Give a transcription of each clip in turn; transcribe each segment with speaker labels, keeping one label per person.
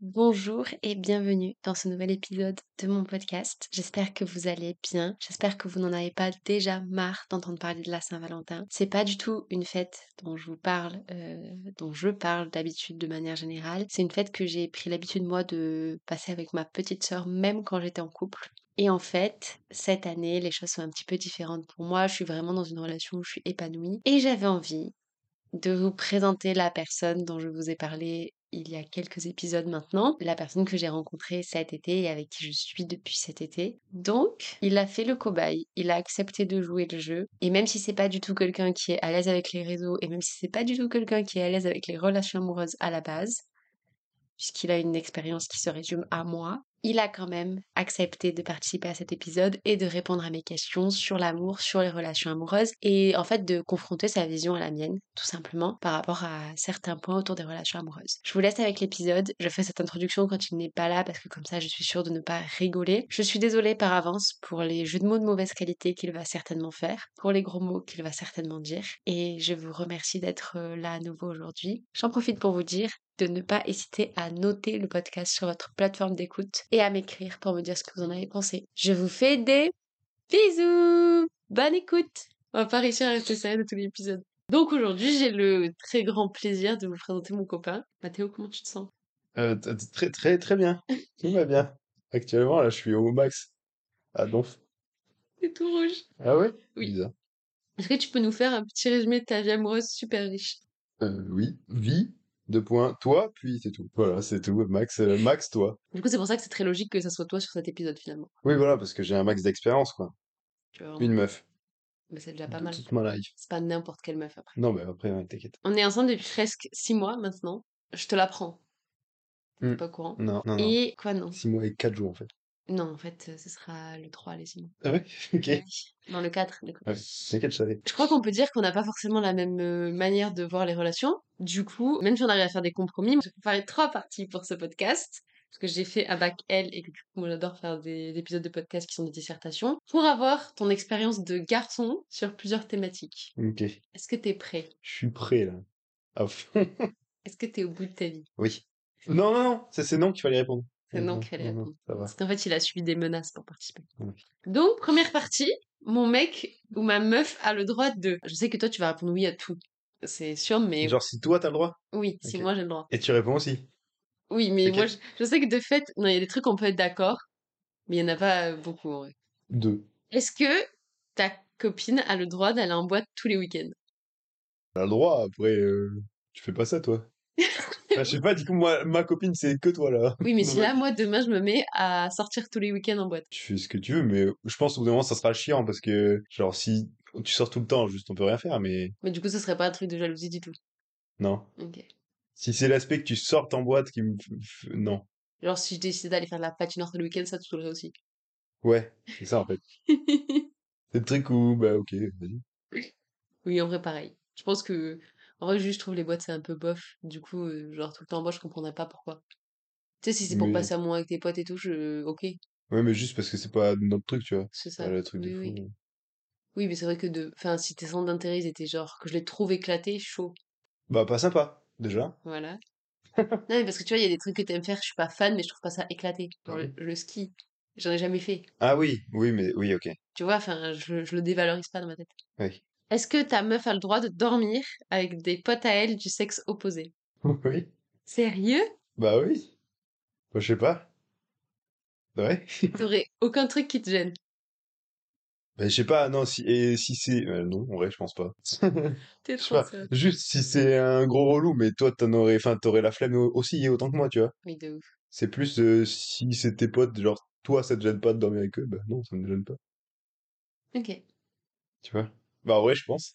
Speaker 1: Bonjour et bienvenue dans ce nouvel épisode de mon podcast. J'espère que vous allez bien. J'espère que vous n'en avez pas déjà marre d'entendre parler de la Saint-Valentin. C'est pas du tout une fête dont je vous parle, euh, dont je parle d'habitude de manière générale. C'est une fête que j'ai pris l'habitude moi de passer avec ma petite sœur, même quand j'étais en couple. Et en fait, cette année, les choses sont un petit peu différentes pour moi. Je suis vraiment dans une relation où je suis épanouie et j'avais envie de vous présenter la personne dont je vous ai parlé il y a quelques épisodes maintenant, la personne que j'ai rencontrée cet été et avec qui je suis depuis cet été. Donc, il a fait le cobaye, il a accepté de jouer le jeu, et même si c'est pas du tout quelqu'un qui est à l'aise avec les réseaux, et même si c'est pas du tout quelqu'un qui est à l'aise avec les relations amoureuses à la base, puisqu'il a une expérience qui se résume à moi, il a quand même accepté de participer à cet épisode et de répondre à mes questions sur l'amour, sur les relations amoureuses et en fait de confronter sa vision à la mienne, tout simplement, par rapport à certains points autour des relations amoureuses. Je vous laisse avec l'épisode, je fais cette introduction quand il n'est pas là parce que comme ça je suis sûre de ne pas rigoler. Je suis désolée par avance pour les jeux de mots de mauvaise qualité qu'il va certainement faire, pour les gros mots qu'il va certainement dire et je vous remercie d'être euh, là à nouveau aujourd'hui. J'en profite pour vous dire de ne pas hésiter à noter le podcast sur votre plateforme d'écoute et à m'écrire pour me dire ce que vous en avez pensé. Je vous fais des bisous Bonne écoute On va pas réussir à rester sérieux de tout l'épisode. Donc aujourd'hui, j'ai le très grand plaisir de vous présenter mon copain. Mathéo, comment tu te sens
Speaker 2: Euh, t- t- très très très bien. Tout va bien. Actuellement, là, je suis au max. Ah donf.
Speaker 1: T'es tout rouge
Speaker 2: Ah ouais?
Speaker 1: Oui.
Speaker 2: Bizarre.
Speaker 1: Est-ce que tu peux nous faire un petit résumé de ta vie amoureuse super riche
Speaker 2: Euh, oui. Vie, deux points. Toi, puis c'est tout. Voilà, c'est tout. Max, euh, max, toi.
Speaker 1: Du coup, c'est pour ça que c'est très logique que ça soit toi sur cet épisode finalement.
Speaker 2: Oui, voilà, parce que j'ai un max d'expérience, quoi.
Speaker 1: Tu vois,
Speaker 2: Une meuf.
Speaker 1: mais c'est déjà Ah, pas
Speaker 2: de
Speaker 1: mal.
Speaker 2: Toute ma life.
Speaker 1: C'est pas n'importe quelle meuf après.
Speaker 2: Non, mais après, ouais, t'inquiète.
Speaker 1: On est ensemble depuis presque six mois maintenant. Je te l'apprends. T'es
Speaker 2: Hmm.
Speaker 1: pas au courant.
Speaker 2: Non, non, non.
Speaker 1: Et quoi non
Speaker 2: Six mois et quatre jours, en fait.
Speaker 1: Non, en fait, euh, ce sera le 3, les amis.
Speaker 2: Ah ouais? Ok.
Speaker 1: Dans le 4, du coup.
Speaker 2: Ouais. T'inquiète, je savais.
Speaker 1: Je crois qu'on peut dire qu'on n'a pas forcément la même euh, manière de voir les relations. Du coup, même si on arrive à faire des compromis, j'ai préparé trois parties pour ce podcast. Parce que j'ai fait un bac L et que du coup, moi j'adore faire des épisodes de podcast qui sont des dissertations. Pour avoir ton expérience de garçon sur plusieurs thématiques.
Speaker 2: Ok.
Speaker 1: Est-ce que t'es prêt
Speaker 2: Je suis prêt, là. À fond.
Speaker 1: Est-ce que t'es au bout de ta vie
Speaker 2: Oui. Non, non, non. C'est c'est non qu'il fallait répondre.
Speaker 1: C'est non qu'il fallait
Speaker 2: non,
Speaker 1: répondre.
Speaker 2: Ça va.
Speaker 1: Parce qu'en fait, il a subi des menaces pour participer.
Speaker 2: Ouais.
Speaker 1: Donc, première partie, mon mec ou ma meuf a le droit de. Je sais que toi, tu vas répondre oui à tout. C'est sûr, mais
Speaker 2: Genre, si toi, t'as le droit.
Speaker 1: oui, si
Speaker 2: Ok.
Speaker 1: moi j'ai le droit.
Speaker 2: Et tu réponds aussi.
Speaker 1: Oui, mais
Speaker 2: Ok.
Speaker 1: moi, je, je sais que de fait, non, il y a des trucs qu'on peut être d'accord, mais il y en a pas euh, beaucoup. en vrai.
Speaker 2: Deux.
Speaker 1: Est-ce que ta copine a le droit d'aller en boîte tous les week-ends
Speaker 2: T'as le droit, après, euh, tu fais pas ça, toi. Enfin, je sais pas, du coup, moi, ma copine, c'est que toi, là.
Speaker 1: Oui, mais si
Speaker 2: Ouais.
Speaker 1: là, moi, demain, je me mets à sortir tous les week-ends en boîte.
Speaker 2: Tu fais ce que tu veux, mais je pense qu'au bout d'un moment, ça sera chiant, parce que, genre, si tu sors tout le temps, juste, on peut rien faire, mais
Speaker 1: Mais du coup, ce serait pas un truc de jalousie du tout.
Speaker 2: non.
Speaker 1: Ok.
Speaker 2: Si c'est l'aspect que tu sortes en boîte qui me... f- f- Non.
Speaker 1: Genre, si je décidais d'aller faire de la patineur tous les week-ends, ça, tu voudrais aussi.
Speaker 2: Ouais, c'est ça, en fait. C'est le truc où, bah, ok, vas-y.
Speaker 1: Oui, en vrai, pareil. Je pense que, en vrai, juste, je trouve les boîtes, c'est un peu bof. Du coup, euh, genre, tout le temps en boîte, je comprendrais pas pourquoi. Tu sais, si c'est pour
Speaker 2: Mais-
Speaker 1: passer un moment avec tes potes et tout, je, ok,
Speaker 2: Ouais, mais juste parce que c'est pas notre truc, tu vois.
Speaker 1: c'est ça.
Speaker 2: Pas le truc de
Speaker 1: oui,
Speaker 2: fou.
Speaker 1: oui. Oui, mais c'est vrai que de, enfin, si tes centres d'intérêt, ils étaient genre, que je les trouve éclatés, chaud.
Speaker 2: Bah, pas sympa, déjà.
Speaker 1: Voilà. non, mais parce que tu vois, il y a des trucs que t'aimes faire, je suis pas fan, mais je trouve pas ça éclaté. Genre,
Speaker 2: Ah
Speaker 1: le, le ski. J'en ai jamais fait.
Speaker 2: Ah oui, oui, mais oui, ok.
Speaker 1: Tu vois, enfin, je, je le dévalorise pas dans ma tête.
Speaker 2: Oui.
Speaker 1: Est-ce que ta meuf a le droit de dormir avec des potes à elle du sexe opposé?
Speaker 2: Oui.
Speaker 1: Sérieux?
Speaker 2: Bah oui. Bah, je sais pas. Ouais.
Speaker 1: T'aurais aucun truc qui te gêne.
Speaker 2: Ben, je sais pas, non, si, et si c'est, euh, non, en vrai, je pense pas.
Speaker 1: T'es
Speaker 2: Je sais
Speaker 1: trop
Speaker 2: pas.
Speaker 1: sérieux.
Speaker 2: Juste si c'est un gros relou, mais toi, t'en aurais, enfin, t'aurais la flemme au- aussi, et autant que moi, tu vois.
Speaker 1: Oui, de ouf.
Speaker 2: C'est plus, euh, si c'est tes potes, genre, toi, ça te gêne pas de dormir avec eux, bah non, ça me gêne pas,
Speaker 1: Ok.
Speaker 2: tu vois. Bah, en vrai, je pense.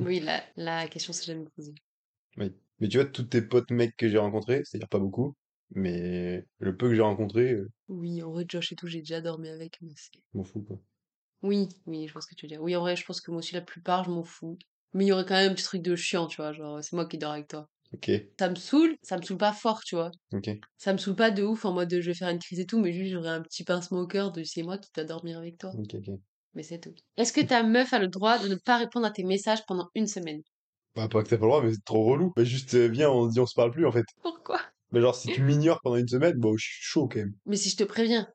Speaker 1: Oui, la, la question c'est jamais posée.
Speaker 2: Mais tu vois, tous tes potes mecs que j'ai rencontrés, c'est-à-dire pas beaucoup, mais le peu que j'ai rencontré, euh,
Speaker 1: Oui, en vrai, Josh et tout, j'ai déjà dormi avec, mais c'est...
Speaker 2: je m'en fous, quoi.
Speaker 1: Oui, oui, je vois ce que tu veux dire. Oui, en vrai, je pense que moi aussi, la plupart, je m'en fous. Mais il y aurait quand même un petit truc de chiant, tu vois, genre, c'est moi qui dors avec toi.
Speaker 2: Ok,
Speaker 1: Ça me saoule, ça me saoule pas fort, tu vois.
Speaker 2: ok.
Speaker 1: Ça me saoule pas de ouf en mode de, je vais faire une crise et tout, mais juste j'aurais un petit pincement au cœur de c'est moi qui dois dormir avec toi.
Speaker 2: Ok, ok.
Speaker 1: Mais c'est tout. Est-ce que ta meuf a le droit de ne pas répondre à tes messages pendant une semaine
Speaker 2: Bah, pas que t'as pas le droit, mais c'est trop relou. Bah, juste, euh, viens, on dit on se parle plus, en fait.
Speaker 1: Pourquoi
Speaker 2: Mais genre, si tu m'ignores pendant une semaine, bon, je suis chaud quand même.
Speaker 1: Mais si je te préviens,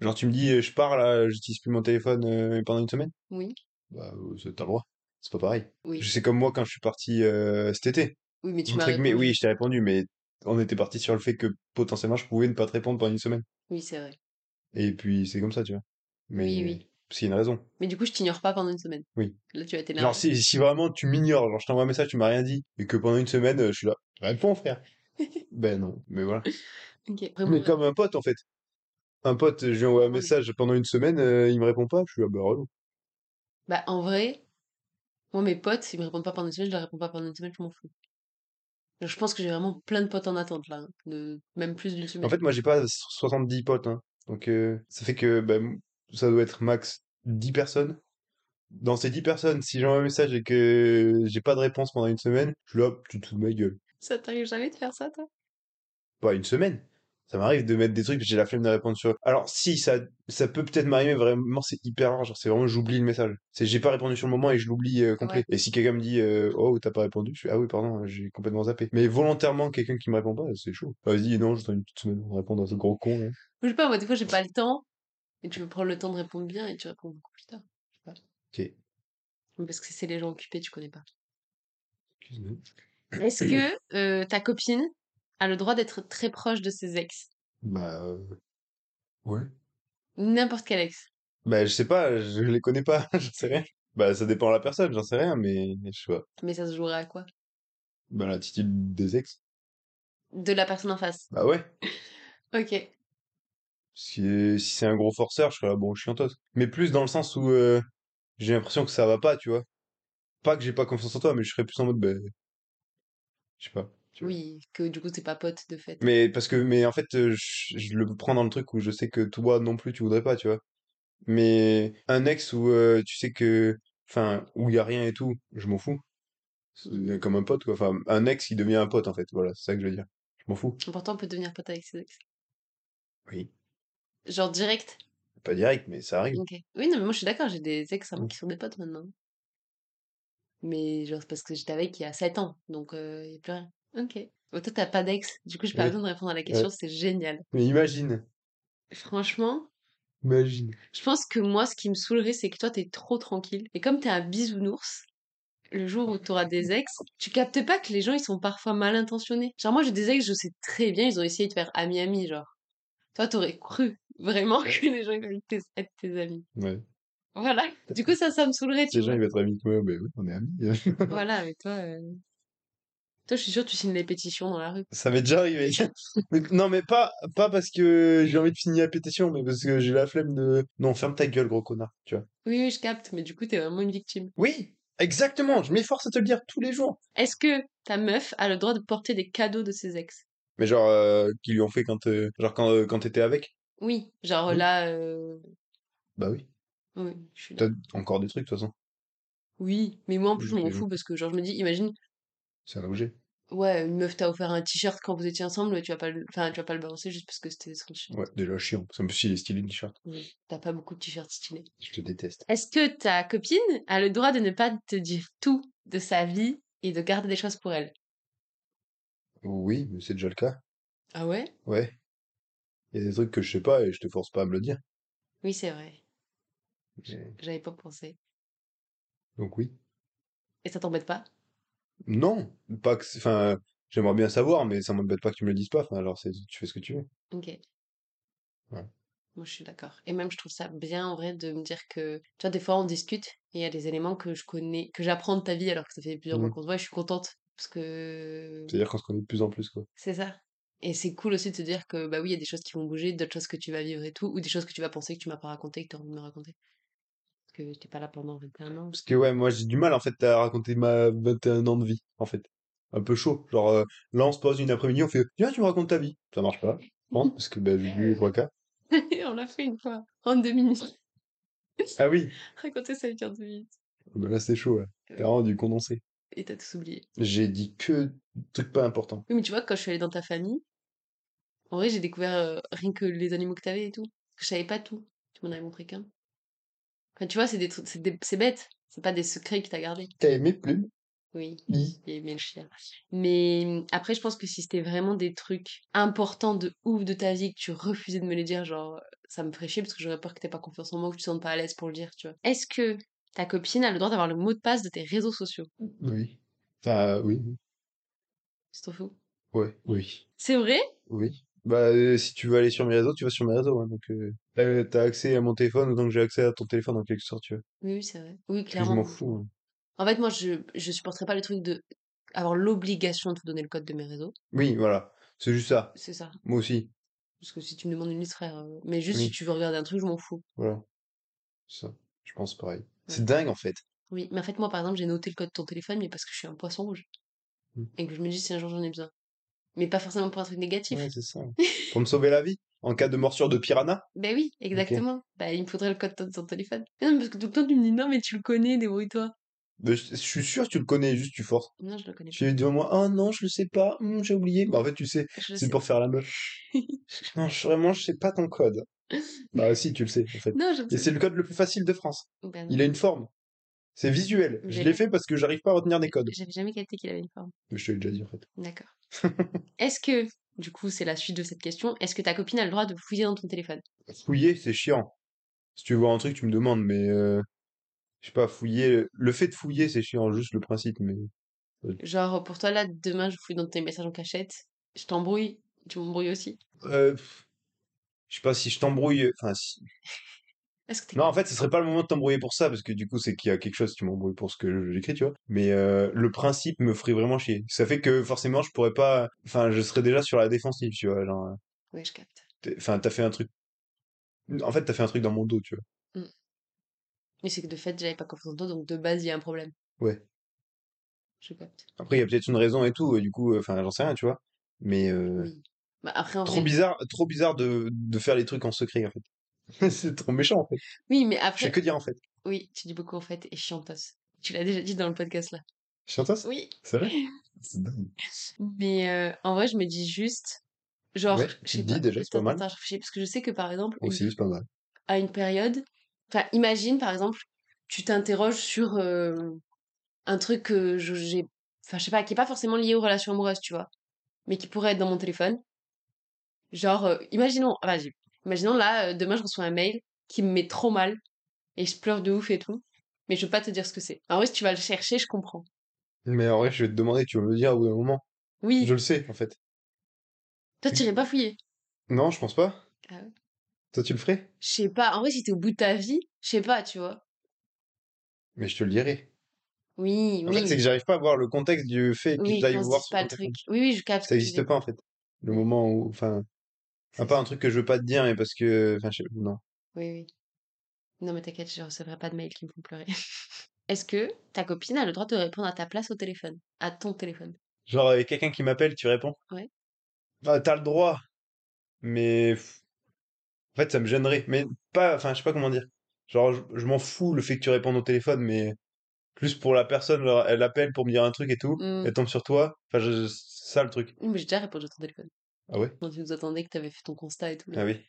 Speaker 2: Genre, tu me dis, euh, je pars là, j'utilise plus mon téléphone euh, pendant une semaine
Speaker 1: oui,
Speaker 2: Bah, euh, c'est- t'as le droit. C'est pas pareil.
Speaker 1: oui.
Speaker 2: Je sais comme moi quand je suis parti euh, cet été.
Speaker 1: Oui, mais tu m'as
Speaker 2: Entre guillemets,
Speaker 1: répondu.
Speaker 2: oui, je t'ai répondu, mais on était parti sur le fait que potentiellement je pouvais ne pas te répondre pendant une semaine.
Speaker 1: Oui, c'est vrai.
Speaker 2: Et puis, c'est comme ça, tu vois. Mais
Speaker 1: Oui, oui.
Speaker 2: Parce qu'il y a une raison.
Speaker 1: Mais du coup, je t'ignore pas pendant une semaine.
Speaker 2: Oui.
Speaker 1: Là, tu vas
Speaker 2: Genre,
Speaker 1: t'énerver.
Speaker 2: si, si vraiment tu m'ignores, genre je t'envoie un message, tu m'as rien dit, et que pendant une semaine, euh, je suis là, réponds, frère. ben non, mais voilà.
Speaker 1: Ok. Après,
Speaker 2: Mais
Speaker 1: bon,
Speaker 2: comme un pote, en fait. Un pote, je lui envoie un
Speaker 1: Oui.
Speaker 2: message pendant une semaine, euh, il me répond pas, je suis là, bah relou.
Speaker 1: Bah, en vrai, moi, mes potes, ils me répondent pas pendant une semaine, je leur réponds pas pendant une semaine, je m'en fous. Genre, je pense que j'ai vraiment plein de potes en attente, là. hein, De... Même plus d'une semaine.
Speaker 2: En fait, moi, j'ai pas 70 potes, hein. Donc, euh, ça fait que bah, m- ça doit être max 10 personnes. Dans ces 10 personnes, si j'envoie un message et que j'ai pas de réponse pendant une semaine, je suis là, tu te fous de ma gueule.
Speaker 1: Ça t'arrive jamais de faire ça, toi
Speaker 2: Pas une semaine. Ça m'arrive de mettre des trucs, j'ai la flemme de répondre sur. Alors, si, ça, ça peut peut-être m'arriver, vraiment, c'est hyper rare. Genre, c'est vraiment, j'oublie le message. C'est, j'ai pas répondu sur le moment et je l'oublie euh, complet. Et si quelqu'un me dit, euh, oh, t'as pas répondu, je fais, ah oui, pardon, j'ai complètement zappé. Mais volontairement, quelqu'un qui me répond pas, c'est chaud. Vas-y, non, je donne une petite semaine pour répondre à ce gros con, là.
Speaker 1: Je sais pas, moi, des fois, j'ai pas le temps. Et tu peux prendre le temps de répondre bien et tu réponds beaucoup plus tard.
Speaker 2: Ok.
Speaker 1: Mais Parce que c'est les gens occupés, tu connais pas.
Speaker 2: Excuse-moi.
Speaker 1: Est-ce que euh, ta copine a le droit d'être très proche de ses ex
Speaker 2: Bah, euh, ouais.
Speaker 1: N'importe quel ex.
Speaker 2: Bah, je sais pas, je les connais pas, j'en sais rien. Bah, ça dépend de la personne, j'en sais rien, mais je sais pas.
Speaker 1: Mais ça se jouerait à quoi
Speaker 2: Bah, l'attitude des ex.
Speaker 1: De la personne en face.
Speaker 2: Bah, ouais.
Speaker 1: Ok.
Speaker 2: Si, si c'est un gros forceur, je serais là, bon, chiantos. Mais plus dans le sens où euh, j'ai l'impression que ça va pas, tu vois. Pas que j'ai pas confiance en toi, mais je serais plus en mode, ben, je sais pas. tu vois.
Speaker 1: Oui, que du coup, t'es pas pote de fait.
Speaker 2: Mais parce que, mais en fait, euh, je, je le prends dans le truc où je sais que toi non plus tu voudrais pas, tu vois. Mais un ex où euh, tu sais que, enfin, où il y a rien et tout, je m'en fous. C'est Comme un pote, quoi. Enfin, un ex, il devient un pote, en fait. Voilà, c'est ça que je veux dire. Je m'en fous.
Speaker 1: Pourtant, on peut devenir pote avec ses ex.
Speaker 2: Oui.
Speaker 1: Genre direct.
Speaker 2: Pas direct, mais ça arrive.
Speaker 1: Ok. Oui, non, mais moi, je suis d'accord, j'ai des ex à moi
Speaker 2: Mm.
Speaker 1: qui sont des potes maintenant. Mais genre, c'est parce que j'étais avec il y a 7 ans, donc euh, il n'y a plus rien. Ok. Bon, toi, t'as pas d'ex, du coup, j'ai pas
Speaker 2: Oui.
Speaker 1: besoin de répondre à la question, c'est génial.
Speaker 2: Mais imagine.
Speaker 1: Franchement,
Speaker 2: Imagine.
Speaker 1: je pense que moi, ce qui me saoulerait, c'est que toi, t'es trop tranquille. Et comme t'es un bisounours, le jour où t'auras des ex, tu captes pas que les gens, ils sont parfois mal intentionnés. Genre, moi, j'ai des ex, je sais très bien, ils ont essayé de faire ami-ami, genre. Toi, t'aurais cru vraiment que les gens, ils allaient tes- être tes amis.
Speaker 2: Ouais.
Speaker 1: Voilà. Du coup, ça, ça me saoulerait, tu
Speaker 2: Les gens,
Speaker 1: vois.
Speaker 2: ils vont être amis avec moi. Ben oui, on est amis.
Speaker 1: Voilà, mais toi, euh, toi, je suis sûre, que tu signes les pétitions dans la rue.
Speaker 2: Ça m'est déjà arrivé. Mais- non, mais pas, pas parce que j'ai envie de finir la pétition, mais parce que j'ai la flemme de. Non, ferme ta gueule, gros connard. Tu vois.
Speaker 1: Oui, oui, je capte, mais du coup, t'es vraiment une victime.
Speaker 2: Oui, exactement. Je m'efforce à te le dire tous les jours.
Speaker 1: Est-ce que ta meuf a le droit de porter des cadeaux de ses ex
Speaker 2: Mais genre, euh, qu'ils lui ont fait quand, euh, genre quand, euh, quand t'étais avec.
Speaker 1: Oui, genre
Speaker 2: Oui.
Speaker 1: là, euh,
Speaker 2: Bah oui.
Speaker 1: oui, je suis
Speaker 2: T'as
Speaker 1: d'accord.
Speaker 2: encore des trucs, de toute façon.
Speaker 1: Oui, mais moi en plus, je m'en
Speaker 2: Mais-
Speaker 1: fous parce que genre, je me dis, imagine,
Speaker 2: C'est un objet.
Speaker 1: ouais, une meuf t'a offert un t-shirt quand vous étiez ensemble, tu vas pas le, enfin, tu vas pas le balancer juste parce que c'était son t-shirt.
Speaker 2: Ouais, déjà chiant. Ça me si les stylés de t-shirt.
Speaker 1: Oui, T'as pas beaucoup de t-shirts stylés.
Speaker 2: Je te déteste.
Speaker 1: Est-ce que ta copine a le droit de ne pas te dire tout de sa vie et de garder des choses pour elle
Speaker 2: Oui, mais c'est déjà le cas.
Speaker 1: Ah ouais
Speaker 2: Ouais. Il y a des trucs que je sais pas et je te force pas à me le dire.
Speaker 1: Oui, c'est vrai,
Speaker 2: Mais-
Speaker 1: j'avais pas pensé.
Speaker 2: Donc oui.
Speaker 1: Et ça t'embête pas
Speaker 2: Non, pas que. c'est- Enfin, j'aimerais bien savoir, mais ça m'embête pas que tu me le dises pas. Enfin, alors c'est, tu fais ce que tu veux.
Speaker 1: Ok.
Speaker 2: Ouais.
Speaker 1: Moi, je suis d'accord. Et même, je trouve ça bien, en vrai, de me dire que, tu vois, des fois, on discute et il y a des éléments que je connais, que j'apprends de ta vie, alors que ça fait plusieurs mois
Speaker 2: Mhm.
Speaker 1: qu'on se voit, et je suis contente. Parce que
Speaker 2: C'est-à-dire qu'on se connaît de plus en plus, quoi.
Speaker 1: c'est ça. Et c'est cool aussi de se dire que, bah oui, il y a des choses qui vont bouger, d'autres choses que tu vas vivre et tout, ou des choses que tu vas penser que tu m'as pas raconté, que tu as envie de me raconter. Parce que t'es pas là pendant 21 ans.
Speaker 2: Parce que ouais, moi j'ai du mal en fait à raconter ma 21 ans de vie, en fait. Un peu chaud. Genre euh, là on se pose une après-midi, on fait Tiens, tu me racontes ta vie. Ça marche pas, je pense, parce que ben, j'ai oublié les trois cas.
Speaker 1: on l'a fait une fois, en deux minutes.
Speaker 2: Ah oui,
Speaker 1: Raconter sa vie en deux minutes.
Speaker 2: ben là c'est chaud, là. T'as vraiment du condensé.
Speaker 1: Et t'as tout oublié.
Speaker 2: J'ai dit que des trucs pas importants.
Speaker 1: Oui, mais tu vois, quand je suis allée dans ta famille, En vrai, j'ai découvert euh, rien que les animaux que t'avais et tout. Je savais pas tout. Tu m'en avais montré qu'un. Enfin, tu vois, c'est des trucs, c'est des- c'est bête. C'est pas des secrets que t'as gardés.
Speaker 2: T'as aimé Plume
Speaker 1: Oui,
Speaker 2: Oui.
Speaker 1: j'ai aimé le chien. Mais hum, après, je pense que si c'était vraiment des trucs importants de ouf de ta vie que tu refusais de me les dire, genre, ça me ferait chier parce que j'aurais peur que t'aies pas confiance en moi, que tu te sentes pas à l'aise pour le dire, tu vois. Est-ce que ta copine a le droit d'avoir le mot de passe de tes réseaux sociaux
Speaker 2: Oui. Enfin, oui.
Speaker 1: Tu t'en fous
Speaker 2: Ouais. Oui.
Speaker 1: C'est vrai
Speaker 2: Oui. Bah, euh, si tu veux aller sur mes réseaux, tu vas sur mes réseaux. hein, donc, euh, t'as, t'as accès à mon téléphone, donc j'ai accès à ton téléphone en quelque sorte, tu vois.
Speaker 1: Oui, oui, c'est vrai. Oui,
Speaker 2: Puis je m'en
Speaker 1: clairement.
Speaker 2: fous. hein.
Speaker 1: En fait, moi, je, je supporterais pas le truc de avoir l'obligation de te donner le code de mes réseaux.
Speaker 2: Oui, voilà. C'est juste ça.
Speaker 1: C'est ça.
Speaker 2: Moi aussi.
Speaker 1: Parce que si tu me demandes une liste, frère. euh, Mais juste si
Speaker 2: Oui.
Speaker 1: tu veux regarder un truc, je m'en fous.
Speaker 2: Voilà. C'est Ça. Je pense pareil. C'est dingue, en fait.
Speaker 1: Oui, mais en fait, moi, par exemple, j'ai noté le code de ton téléphone, mais parce que je suis un poisson rouge.
Speaker 2: Mm.
Speaker 1: Et que je me dis si un jour j'en ai besoin. Mais pas forcément pour un truc négatif.
Speaker 2: Ouais, c'est ça. Pour me sauver la vie, en cas de morsure de piranha.
Speaker 1: Ben oui, exactement. Ben, il me faudrait le code de ton téléphone. Mais non, parce que tout le temps, tu me dis non, mais tu le connais, débrouille-toi.
Speaker 2: Mais Je, je suis sûr que tu le connais, juste tu forces.
Speaker 1: Non, je le connais pas.
Speaker 2: Tu lui dis au moins, oh non, je le sais pas, hum, j'ai oublié. Bah, en fait, tu sais,
Speaker 1: Je le
Speaker 2: c'est
Speaker 1: sais.
Speaker 2: pour faire la meuf. Non, je- vraiment, je sais pas ton code. Bah, si, tu le sais, en fait.
Speaker 1: non, je le
Speaker 2: Et
Speaker 1: sais.
Speaker 2: c'est le code le plus facile de France.
Speaker 1: Ben non.
Speaker 2: Il a une forme. C'est visuel.
Speaker 1: Mais
Speaker 2: Je
Speaker 1: j'ai
Speaker 2: l'ai
Speaker 1: pas-
Speaker 2: fait parce que j'arrive pas à retenir des codes.
Speaker 1: J'avais jamais capté qu'il avait une forme.
Speaker 2: Mais Je te l'ai déjà dit, en fait.
Speaker 1: D'accord. Est-ce que, du coup, c'est la suite de cette question, est-ce que ta copine a le droit de fouiller dans ton téléphone
Speaker 2: Fouiller, c'est chiant. Si tu vois un truc, tu me demandes, mais euh, je sais pas, fouiller. Le fait de fouiller, c'est chiant, juste le principe, mais.
Speaker 1: Genre, pour toi, là, demain, je fouille dans tes messages en cachette, je t'embrouille, tu m'embrouilles aussi
Speaker 2: Euh, pff, je sais pas si je t'embrouille. Enfin, si-
Speaker 1: Est-ce que t'es
Speaker 2: Non, en fait, ce serait pas le moment de t'embrouiller pour ça, parce que du coup, c'est qu'il y a quelque chose, tu m'embrouilles pour ce que j'écris, tu vois. Mais euh, le principe me ferait vraiment chier. Ça fait que forcément, je pourrais pas. Enfin, je serais déjà sur la défensive, tu vois. Genre, euh,
Speaker 1: Ouais, je capte.
Speaker 2: t'es- enfin, t'as fait un truc. En fait, t'as fait un truc dans mon dos, tu vois.
Speaker 1: Mais c'est que de fait, j'avais pas confiance en toi, donc de base, il y a un problème.
Speaker 2: Ouais.
Speaker 1: Je capte.
Speaker 2: Après, il y a peut-être une raison et tout, et du coup, euh, enfin, j'en sais rien, tu vois. Mais euh,
Speaker 1: Oui. Bah après, en
Speaker 2: trop
Speaker 1: vrai.
Speaker 2: bizarre, trop bizarre de, de faire les trucs en secret, en fait. c'est trop méchant, en fait.
Speaker 1: Oui, mais
Speaker 2: Je sais
Speaker 1: après.
Speaker 2: que dire, en fait.
Speaker 1: Oui, tu dis beaucoup en fait, et chiantos. Tu l'as déjà dit dans le podcast là.
Speaker 2: Chiantos
Speaker 1: Oui.
Speaker 2: C'est vrai C'est dingue.
Speaker 1: Mais euh, en vrai, je me dis juste. Genre,
Speaker 2: Ouais,
Speaker 1: je
Speaker 2: tu te
Speaker 1: sais
Speaker 2: dis
Speaker 1: pas.
Speaker 2: déjà, c'est pas
Speaker 1: Attends,
Speaker 2: mal.
Speaker 1: attends, je réfléchis, parce que je sais que par exemple,
Speaker 2: Oui, c'est
Speaker 1: oui,
Speaker 2: juste pas mal.
Speaker 1: à une période. Enfin, imagine par exemple, tu t'interroges sur euh, un truc que je- j'ai. Enfin, je sais pas, qui est pas forcément lié aux relations amoureuses, tu vois. Mais qui pourrait être dans mon téléphone. Genre, euh, imaginons, ah, vas-y, imaginons là, euh, demain je reçois un mail qui me met trop mal et je pleure de ouf et tout, mais je peux pas te dire ce que c'est. En vrai, si tu vas le chercher, je comprends.
Speaker 2: Mais en vrai, je vais te demander, tu vas me le dire au bout d'un moment.
Speaker 1: Oui,
Speaker 2: Je le sais, en fait.
Speaker 1: toi t'irais pas fouiller.
Speaker 2: Non, je pense pas.
Speaker 1: Ah ouais.
Speaker 2: Toi, tu le ferais?
Speaker 1: Je sais pas, en vrai, si t'es au bout de ta vie, je sais pas, tu vois.
Speaker 2: Mais je te le dirai.
Speaker 1: Oui,
Speaker 2: En fait, c'est
Speaker 1: oui,
Speaker 2: que j'arrive pas à voir le contexte du fait que
Speaker 1: oui,
Speaker 2: j'aille
Speaker 1: qu'on se
Speaker 2: voir
Speaker 1: dise
Speaker 2: sur
Speaker 1: pas
Speaker 2: ton
Speaker 1: le truc.
Speaker 2: téléphone.
Speaker 1: Oui, oui, je capte ce que tu
Speaker 2: Ça
Speaker 1: veux
Speaker 2: existe
Speaker 1: dire.
Speaker 2: pas, en fait. Le moment où, enfin, à
Speaker 1: C'est
Speaker 2: part un
Speaker 1: ça.
Speaker 2: truc que je veux pas te dire, mais parce que, enfin, je sais- non.
Speaker 1: Oui, oui. Non, mais t'inquiète, je recevrai pas de mails qui me font pleurer. Est-ce que ta copine a le droit de répondre à ta place au téléphone, à ton téléphone?
Speaker 2: Genre, euh, quelqu'un qui m'appelle, tu réponds.
Speaker 1: Ouais.
Speaker 2: Ah, t'as le droit, mais pff, en fait, ça me gênerait. Mais pas, enfin, je sais pas comment dire. Genre, je, je m'en fous le fait que tu répondes au téléphone, mais plus pour la personne, genre, elle appelle pour me dire un truc et tout,
Speaker 1: Hmm.
Speaker 2: elle tombe sur toi. Enfin, je- c'est ça le truc.
Speaker 1: Oui, Mais j'ai déjà répondu à ton téléphone.
Speaker 2: Ah ouais?
Speaker 1: Quand tu nous attendais que t'avais fait ton constat et tout. là.
Speaker 2: Ah oui.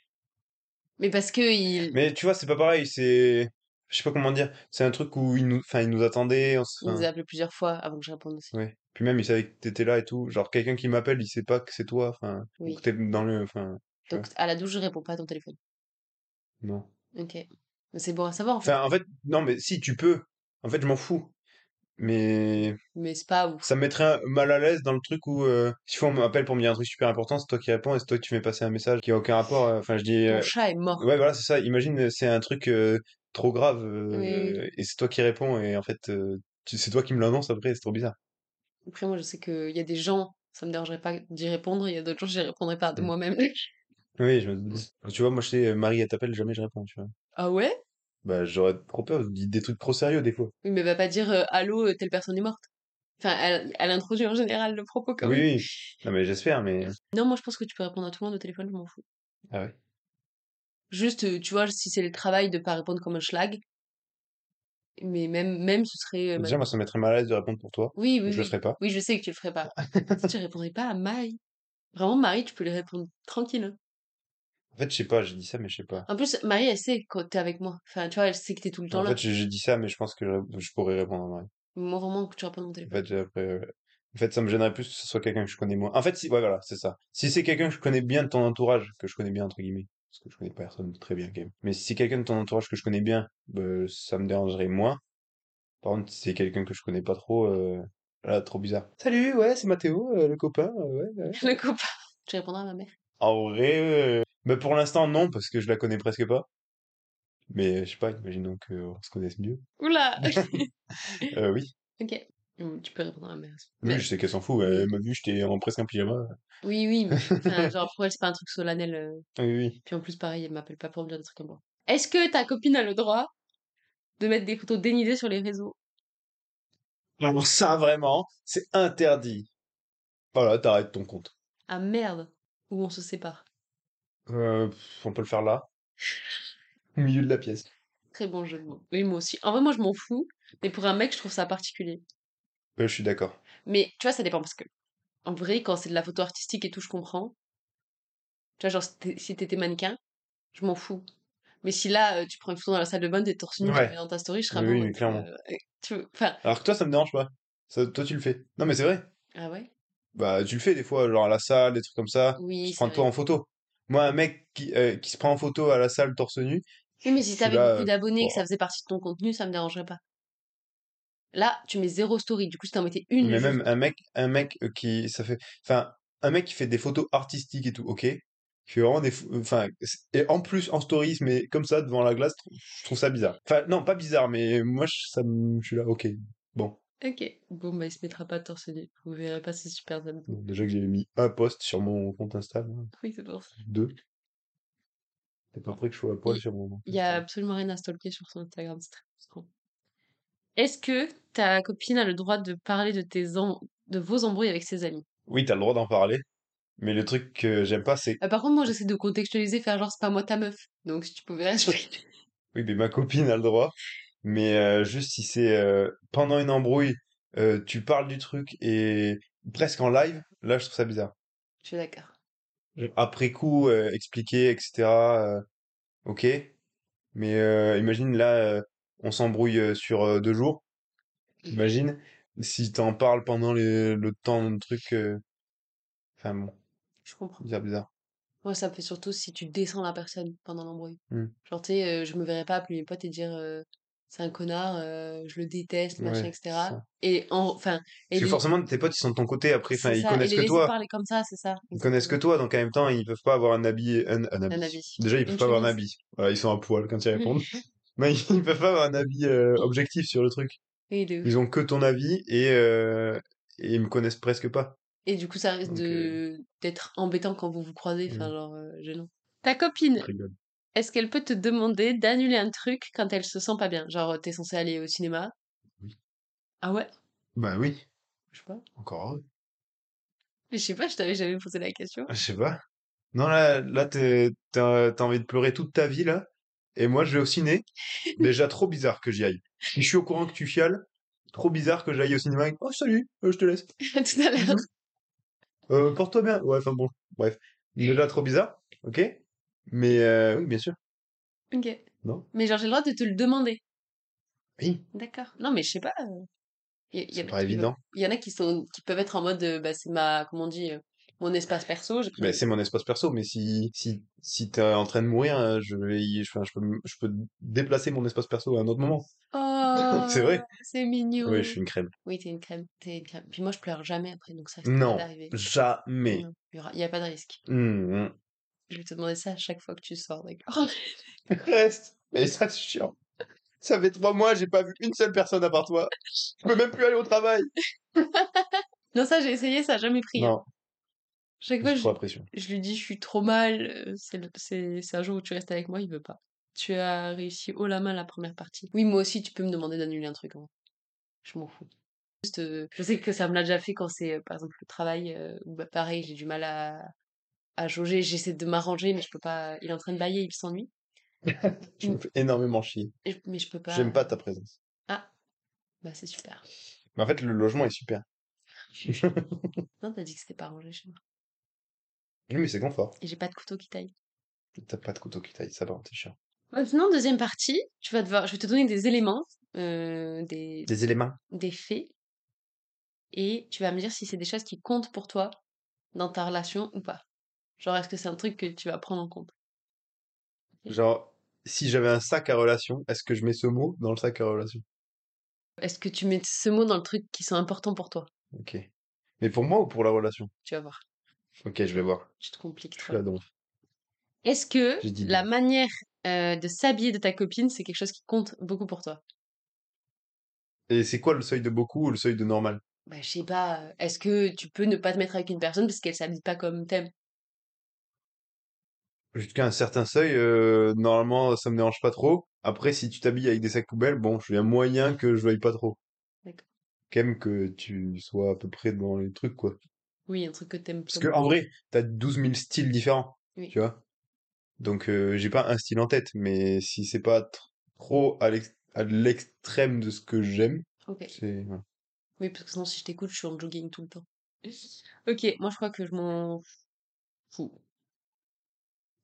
Speaker 1: Mais parce que il,
Speaker 2: Mais tu vois, c'est pas pareil, c'est. Je sais pas comment dire. C'est un truc où ils nous, enfin, ils nous attendaient. on s-
Speaker 1: Il nous
Speaker 2: enfin,
Speaker 1: a appelé plusieurs fois avant que je réponde aussi.
Speaker 2: ouais. Puis même, ils savaient que t'étais là et tout. Genre, quelqu'un qui m'appelle, il sait pas que c'est toi. Enfin, ou que
Speaker 1: Oui.
Speaker 2: t'es dans le. Enfin, tu
Speaker 1: Donc
Speaker 2: vois.
Speaker 1: à la douche, je réponds pas à ton téléphone.
Speaker 2: Non.
Speaker 1: Ok. Mais c'est bon à savoir en fait.
Speaker 2: Enfin, en fait, non, mais si, tu peux. En fait, je m'en fous. Mais
Speaker 1: Mais c'est pas ouf.
Speaker 2: ça me mettrait un- mal à l'aise dans le truc où, euh, si on m'appelle pour me dire un truc super important, c'est toi qui réponds et c'est toi qui fais passer un message qui a aucun rapport. euh, Enfin, je dis.
Speaker 1: Ton
Speaker 2: euh,
Speaker 1: chat est mort.
Speaker 2: Ouais, voilà, c'est ça. Imagine, euh, c'est un truc euh, trop grave
Speaker 1: Oui, oui.
Speaker 2: euh, et c'est toi qui réponds et en fait, euh, tu- c'est toi qui me l'annonce après, c'est trop bizarre.
Speaker 1: Après, moi, je sais qu'il y a des gens, ça me dérangerait pas d'y répondre. Il y a d'autres gens, j'y répondrai pas de
Speaker 2: Mm.
Speaker 1: moi-même.
Speaker 2: Oui, je me
Speaker 1: Mmh.
Speaker 2: doute. Tu vois, moi, je sais, euh, Marie, elle t'appelle, jamais je réponds, tu vois.
Speaker 1: ah ouais?
Speaker 2: Bah, j'aurais trop peur, je dis des trucs trop sérieux, des fois.
Speaker 1: Oui, mais va pas dire euh, allô, euh, telle personne est morte. Enfin, elle, elle introduit en général le propos quand
Speaker 2: Oui,
Speaker 1: même.
Speaker 2: oui. Non, mais j'espère, mais.
Speaker 1: Non, moi, je pense que tu peux répondre à tout le monde au téléphone, je m'en fous.
Speaker 2: Ah ouais.
Speaker 1: Juste, euh, tu vois, si c'est le travail de pas répondre comme un schlag, mais même, même ce serait. euh, ma-
Speaker 2: Déjà, moi, ça me mettrait mal à l'aise de répondre pour toi.
Speaker 1: Oui,
Speaker 2: donc
Speaker 1: oui,
Speaker 2: Je le
Speaker 1: oui.
Speaker 2: ferai pas.
Speaker 1: Oui, je sais que tu le ferais pas. Si tu répondrais pas à Marie. Vraiment, Marie, tu peux lui répondre tranquille. hein.
Speaker 2: En fait, je sais pas, j'ai dit ça, mais je sais pas.
Speaker 1: En plus, Marie, elle sait quand t'es avec moi. Enfin, tu vois, elle sait que t'es tout le temps
Speaker 2: En
Speaker 1: là.
Speaker 2: fait, j'ai j'ai dit ça, mais je pense que je je pourrais répondre à Marie.
Speaker 1: Mon moment que tu réponds à mon téléphone.
Speaker 2: En fait, j'ai- après, euh, en fait, ça me gênerait plus que ce soit quelqu'un que je connais moins. En fait, si, ouais, voilà, c'est ça. Si c'est quelqu'un que je connais bien de ton entourage, que je connais bien, entre guillemets, parce que je connais personne de très bien, quand même. Mais si c'est quelqu'un de ton entourage que je connais bien, bah, ça me dérangerait moins. Par contre, si c'est quelqu'un que je connais pas trop, euh, là, trop bizarre. Salut, ouais, c'est Mathéo, euh, le copain, euh, ouais, ouais.
Speaker 1: Le coupe. Tu répondras à ma mère.
Speaker 2: En vrai, euh, bah, pour l'instant, non, parce que je la connais presque pas. Mais, euh, je sais pas, imaginons qu'on se connaisse mieux.
Speaker 1: Oula
Speaker 2: Euh, oui.
Speaker 1: Ok. Hum, Tu peux répondre à ma mère. aussi.
Speaker 2: Oui,
Speaker 1: Mais-
Speaker 2: je sais qu'elle s'en fout, elle m'a vu, j'étais en presque un pyjama.
Speaker 1: Oui, oui, mais enfin, genre pour elle, c'est pas un truc solennel. euh.
Speaker 2: Oui, oui.
Speaker 1: Puis en plus, pareil, elle m'appelle pas pour me dire des trucs comme moi. Est-ce que ta copine a le droit de mettre des photos dénudées sur les réseaux
Speaker 2: Vraiment, ça, vraiment, c'est interdit. Voilà, t'arrêtes ton compte.
Speaker 1: Ah merde Ou on se sépare
Speaker 2: Euh, pff, on peut le faire là. Au milieu de la pièce.
Speaker 1: Très bon jeu de mots. Oui, moi aussi. En vrai, moi, je m'en fous. Mais pour un mec, je trouve ça particulier.
Speaker 2: Euh, je suis d'accord.
Speaker 1: Mais tu vois, ça dépend parce que, en vrai, quand c'est de la photo artistique et tout, je comprends. Tu vois, genre, si t'es- si t'étais mannequin, je m'en fous. Mais si là, euh, tu prends une photo dans la salle de bain, t'es torse nu, tu
Speaker 2: Ouais.
Speaker 1: le mets dans ta story, je serais un
Speaker 2: Oui,
Speaker 1: peu en
Speaker 2: oui,
Speaker 1: mode,
Speaker 2: mais clairement.
Speaker 1: euh, tu veux- Enfin,
Speaker 2: Alors que toi, ça me dérange pas. Ça, toi, tu le fais. Non, mais c'est vrai.
Speaker 1: ah ouais
Speaker 2: Bah, tu le fais des fois, genre à la salle, des trucs comme ça.
Speaker 1: Oui,
Speaker 2: Tu
Speaker 1: c'est
Speaker 2: prends
Speaker 1: vrai.
Speaker 2: toi en photo. Moi, un mec qui, euh, qui se prend en photo à la salle torse nu,
Speaker 1: Oui, mais si
Speaker 2: suis
Speaker 1: t'avais
Speaker 2: là,
Speaker 1: beaucoup
Speaker 2: euh,
Speaker 1: d'abonnés et que
Speaker 2: bon.
Speaker 1: ça faisait partie de ton contenu, ça me dérangerait pas. Là, tu mets zéro story. Du coup, si t'en mettais une,
Speaker 2: mais
Speaker 1: juste-
Speaker 2: même un mec, un mec euh, qui, ça fait, enfin, un mec qui fait des photos artistiques et tout, ok. Qui fait vraiment des, pho- enfin, c'est- et en plus en stories, mais comme ça devant la glace, je trouve ça bizarre. Enfin, non, pas bizarre, mais moi, je, ça, me- je suis là, ok. Bon,
Speaker 1: Ok. Bon, bah, il se mettra pas torse nu. Vous verrez pas ses super abdos.
Speaker 2: Bon, déjà que j'ai mis un post sur mon compte Insta, hein,
Speaker 1: Oui, c'est pour ça.
Speaker 2: deux. T'es pas prêt que je sois à poil sur mon. compte
Speaker 1: Il y a
Speaker 2: Insta.
Speaker 1: absolument rien à stalker sur son Instagram. C'est très frustrant. Est-ce que ta copine a le droit de parler de tes em- de vos embrouilles avec ses amis
Speaker 2: Oui, t'as le droit d'en parler, mais le truc que j'aime pas, c'est,
Speaker 1: Euh, Par contre, moi, j'essaie de contextualiser, faire genre, c'est pas moi ta meuf. Donc, si tu pouvais respecter.
Speaker 2: oui, mais ma copine a le droit, mais euh, juste si c'est euh, pendant une embrouille, euh, tu parles du truc et presque en live, là, je trouve ça bizarre.
Speaker 1: Je suis d'accord.
Speaker 2: après coup euh, expliquer etc euh, ok mais euh, imagine là euh, on s'embrouille euh, sur euh, deux jours imagine si t'en parles pendant les- le temps le truc euh, enfin bon
Speaker 1: Je comprends.
Speaker 2: bizarre bizarre
Speaker 1: Moi, ça me fait surtout si tu descends la personne pendant l'embrouille.
Speaker 2: Hmm.
Speaker 1: Genre, tu sais, euh, je me verrais pas appeler mes potes et dire euh, c'est un connard, euh, je le déteste, machin,
Speaker 2: Ouais,
Speaker 1: etc.
Speaker 2: ça.
Speaker 1: Et en- enfin. Et
Speaker 2: parce que
Speaker 1: les-
Speaker 2: forcément tes potes ils sont de ton côté après
Speaker 1: c'est
Speaker 2: enfin ils
Speaker 1: ça, et
Speaker 2: connaissent
Speaker 1: les
Speaker 2: que
Speaker 1: laisser
Speaker 2: toi
Speaker 1: parler comme ça, c'est ça.
Speaker 2: ils connaissent que toi donc en même temps ils peuvent pas avoir un habit un, un habit.
Speaker 1: habit.
Speaker 2: déjà ils peuvent
Speaker 1: Une
Speaker 2: pas avoir un
Speaker 1: chemise.
Speaker 2: habit voilà ils sont à poil quand ils
Speaker 1: exactement.
Speaker 2: répondent mais ils peuvent pas avoir un avis euh, objectif sur le truc
Speaker 1: Oui, de ouf.
Speaker 2: ils ont que ton avis et euh, et ils me connaissent presque pas
Speaker 1: Et du coup, ça risque
Speaker 2: Donc,
Speaker 1: de d'être embêtant quand vous vous croisez, enfin,
Speaker 2: Mm.
Speaker 1: genre, euh, gênant. Ta copine, est-ce qu'elle peut te demander d'annuler un truc quand elle se sent pas bien Genre, t'es censé aller au cinéma
Speaker 2: Oui.
Speaker 1: Ah ouais
Speaker 2: Bah oui,
Speaker 1: Je sais pas.
Speaker 2: encore heureux.
Speaker 1: Je
Speaker 2: Ah,
Speaker 1: sais pas, je t'avais jamais posé la question.
Speaker 2: Je sais pas. Non, là, là t'es- t'as t'as envie de pleurer toute ta vie, là. Et moi, je vais au ciné. Déjà trop bizarre que j'y aille. Si je suis au courant que tu fiales, trop bizarre que j'aille au cinéma. et que, Oh, salut, euh, je te laisse.
Speaker 1: À tout à l'heure.
Speaker 2: Euh, porte-toi bien. Ouais, enfin bon, bref. Déjà trop bizarre, ok? Mais euh, oui, bien sûr.
Speaker 1: Ok.
Speaker 2: Non.
Speaker 1: Mais genre, j'ai le droit de te le demander.
Speaker 2: Oui,
Speaker 1: D'accord. Non, mais je sais pas. euh, y a- y
Speaker 2: c'est
Speaker 1: en a
Speaker 2: pas
Speaker 1: qui peuvent-
Speaker 2: évident.
Speaker 1: Il y en a qui, sont, qui peuvent être en mode, euh, bah, c'est ma, comment on dit, euh, mon espace perso. j'ai pris-
Speaker 2: Ben, c'est mon espace perso, mais si, si, si t'es en train de mourir, euh, je vais y- je, enfin, je peux, m- je peux déplacer mon espace perso à un autre moment.
Speaker 1: Oh,
Speaker 2: C'est vrai.
Speaker 1: C'est mignon.
Speaker 2: Oui, je suis une crème.
Speaker 1: Oui, t'es une crème, t'es une crème. Puis moi, je pleure jamais après, donc ça risque pas
Speaker 2: Non,
Speaker 1: d'arriver.
Speaker 2: jamais.
Speaker 1: Non, Il y, aura- il y a pas de risque.
Speaker 2: Mmh.
Speaker 1: Je vais te demander ça à chaque fois que tu sors, d'accord
Speaker 2: Reste. Mais ça, c'est chiant. Ça fait trois mois, j'ai pas vu une seule personne à part toi. Je peux même plus aller au travail.
Speaker 1: Non, ça, j'ai essayé, ça a jamais pris. hein.
Speaker 2: Non,
Speaker 1: Chaque
Speaker 2: je
Speaker 1: fois,
Speaker 2: suis
Speaker 1: je,
Speaker 2: trop la pression.
Speaker 1: je lui dis, je suis trop mal, euh, c'est le- c'est c'est un jour où tu restes avec moi, il veut pas. Tu as réussi haut la main la première partie. Oui, moi aussi, tu peux me demander d'annuler un truc. hein. Je m'en fous. Juste, euh, je sais que ça me l'a déjà fait quand c'est, euh, par exemple, le travail, euh, où bah, pareil, j'ai du mal à, à jauger, j'essaie de m'arranger, mais je peux pas. Il est en train de bailler, il s'ennuie.
Speaker 2: Tu
Speaker 1: Mmh.
Speaker 2: me fais énormément chier.
Speaker 1: Et je- Mais je peux pas.
Speaker 2: J'aime pas ta présence.
Speaker 1: Bah, c'est super.
Speaker 2: Mais en fait, le logement est super.
Speaker 1: Non, t'as dit que c'était pas rangé chez moi.
Speaker 2: Oui, mais c'est confort.
Speaker 1: Et j'ai pas de couteau qui taille.
Speaker 2: T'as pas de couteau qui taille, ça va, c'est chiant.
Speaker 1: Maintenant, deuxième partie, tu vas devoir, je vais te donner des éléments, euh, des,
Speaker 2: Des éléments.
Speaker 1: des faits, et tu vas me dire si c'est des choses qui comptent pour toi dans ta relation ou pas. Genre, est-ce que c'est un truc que tu vas prendre en compte
Speaker 2: Genre, si j'avais un sac à relation, est-ce que je mets ce mot dans le sac à relation
Speaker 1: Est-ce que tu mets ce mot dans le truc qui sont importants pour toi
Speaker 2: Ok. Mais pour moi ou pour la relation
Speaker 1: Tu vas voir,
Speaker 2: Ok, je vais voir.
Speaker 1: tu te compliques
Speaker 2: Je
Speaker 1: trop.
Speaker 2: suis là donc.
Speaker 1: Est-ce que
Speaker 2: J'ai dit
Speaker 1: la
Speaker 2: non.
Speaker 1: manière euh, de s'habiller de ta copine, c'est quelque chose qui compte beaucoup pour toi
Speaker 2: Et c'est quoi le seuil de beaucoup ou le seuil de normal
Speaker 1: Bah, je sais pas, euh, est-ce que tu peux ne pas te mettre avec une personne parce qu'elle s'habille pas comme t'aimes
Speaker 2: Jusqu'à un certain seuil, euh, normalement, ça me dérange pas trop. Après, si tu t'habilles avec des sacs poubelles, bon, je suis un moyen que je veuille pas trop.
Speaker 1: D'accord.
Speaker 2: Quand même que tu sois à peu près dans les trucs, quoi.
Speaker 1: Oui, un truc que t'aimes
Speaker 2: Parce que,
Speaker 1: pas.
Speaker 2: en vrai, t'as 12 000 styles différents,
Speaker 1: Oui.
Speaker 2: tu vois. Donc, euh, j'ai pas un style en tête, mais si c'est pas tr- trop à l'ex- à l'extrême de ce que j'aime,
Speaker 1: Ok.
Speaker 2: c'est... voilà.
Speaker 1: Oui, parce que sinon, si je t'écoute, je suis en jogging tout le temps. Ok, moi je crois que je m'en fous.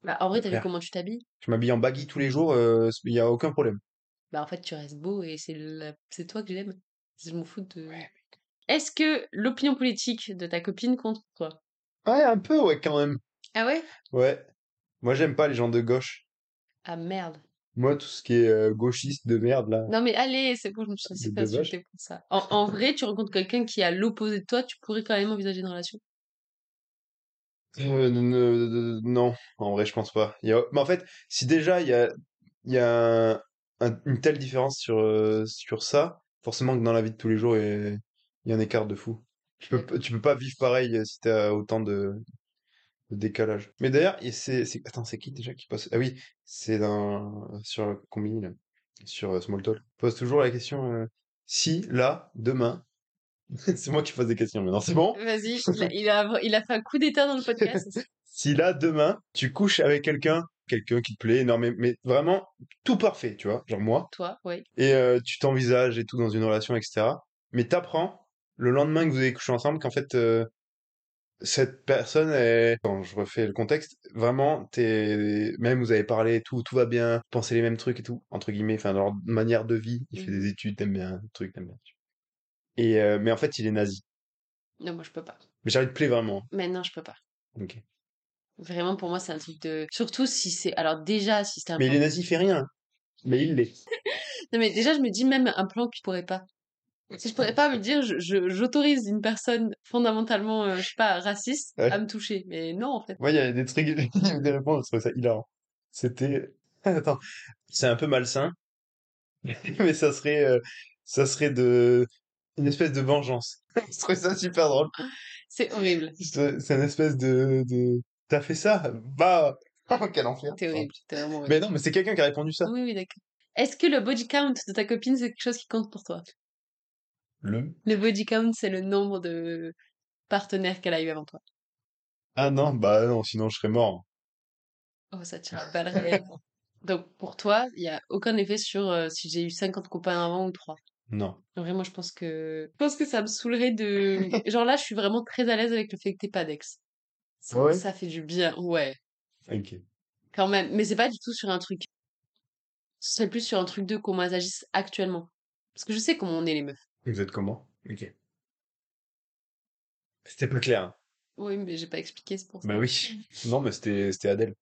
Speaker 1: Bah, en vrai, t'as vu
Speaker 2: Frère,
Speaker 1: comment tu t'habilles
Speaker 2: je m'habille en baggy tous les jours, il y a aucun problème.
Speaker 1: Bah, en fait, tu restes beau et c'est la- c'est toi que j'aime. Je m'en fous de. Est-ce que l'opinion politique de ta copine compte pour toi
Speaker 2: Ouais, un peu, ouais, quand même.
Speaker 1: Ah ouais
Speaker 2: Ouais. Moi, j'aime pas les gens de gauche.
Speaker 1: Ah merde.
Speaker 2: Moi, tout ce qui est euh, gauchiste de merde, là,
Speaker 1: Non mais allez, c'est bon, je me suis
Speaker 2: de,
Speaker 1: laissé
Speaker 2: de vache.
Speaker 1: insulter pour ça. En, en vrai, tu rencontres quelqu'un qui est à l'opposé de toi, tu pourrais quand même envisager une relation.
Speaker 2: Euh, n- euh, non, en vrai, je pense pas. Il y a- Mais en fait, si déjà il y a, il y a un- un- une telle différence sur, euh, sur ça, forcément que dans la vie de tous les jours, il y a, il y a un écart de fou. Tu peux,
Speaker 1: D'accord.
Speaker 2: p- tu peux pas vivre pareil euh, si t'as autant de, de décalage. Mais d'ailleurs, il- c'est, c'est... Attends, c'est qui déjà qui passe? Ah oui, c'est dans... sur le Combini, là, sur euh, Smalltalk. Pose toujours la question euh, si, là, demain. C'est moi qui pose des questions maintenant, c'est bon?
Speaker 1: Vas-y, il a, il a, il a fait un coup d'état dans le podcast. ça,
Speaker 2: Si là, demain, tu couches avec quelqu'un, quelqu'un qui te plaît énormément, mais vraiment tout parfait, tu vois, genre moi,
Speaker 1: Toi, oui.
Speaker 2: et euh, tu t'envisages et tout dans une relation, etc. Mais t'apprends le lendemain que vous avez couché ensemble qu'en fait, euh, cette personne est... Quand je refais le contexte, vraiment, t'es... Même vous avez parlé et tout, tout va bien, vous pensez les mêmes trucs et tout, entre guillemets, enfin, leur manière de vie, il fait
Speaker 1: Mhm.
Speaker 2: des études, t'aimes bien, truc, t'aimes bien. Et, euh, mais en fait, il est nazi.
Speaker 1: Non, moi je peux pas.
Speaker 2: Mais genre, il te plaît vraiment. hein,
Speaker 1: Mais non, je peux pas.
Speaker 2: Ok.
Speaker 1: Vraiment, pour moi, c'est un truc de. Surtout si c'est. Alors déjà, si c'était un
Speaker 2: Mais il
Speaker 1: plan.
Speaker 2: est nazi, il fait rien. Mais il l'est.
Speaker 1: Non mais déjà, je me dis même un plan que je pourrais pas. Si je pourrais pas me dire, je- je- j'autorise une personne fondamentalement, euh, je sais pas, raciste
Speaker 2: Ouais.
Speaker 1: à me toucher. Mais non, en fait.
Speaker 2: Ouais, il y avait des trucs, il y avait des réponses, je trouvais ça hilarant. C'était. Attends, c'est un peu malsain, mais ça serait, euh, ça serait de. Une espèce de vengeance. Je trouvais ça super drôle.
Speaker 1: C'est horrible.
Speaker 2: C'est c'est une espèce de. de... T'as fait ça? Bah! Quel enfer!
Speaker 1: T'es horrible. T'es vraiment horrible.
Speaker 2: Mais non, mais c'est quelqu'un qui a répondu ça.
Speaker 1: Oui, oui, d'accord. Est-ce que le body count de ta copine, c'est quelque chose qui compte pour toi
Speaker 2: Le?
Speaker 1: Le body count, c'est le nombre de partenaires qu'elle a eu avant toi.
Speaker 2: Ah non, bah non, sinon je serais mort.
Speaker 1: Oh, ça tient pas le réel. Donc, pour toi, il y a aucun effet sur euh, si j'ai eu 50 copains avant ou 3.
Speaker 2: Non.
Speaker 1: En vrai, moi, je pense que... Je pense que ça me saoulerait de... Genre là, je suis vraiment très à l'aise avec le fait que t'es pas d'ex. Ça,
Speaker 2: Ah ouais?
Speaker 1: ça fait du bien, ouais.
Speaker 2: Ok.
Speaker 1: Quand même. Mais c'est pas du tout sur un truc... Ce serait plus sur un truc de comment elles agissent actuellement. Parce que je sais comment on est, les meufs.
Speaker 2: Vous êtes comment? Ok. C'était pas clair. hein.
Speaker 1: Oui, mais j'ai pas expliqué, c'est pour ça.
Speaker 2: Bah oui. Non, mais c'était, c'était Adèle.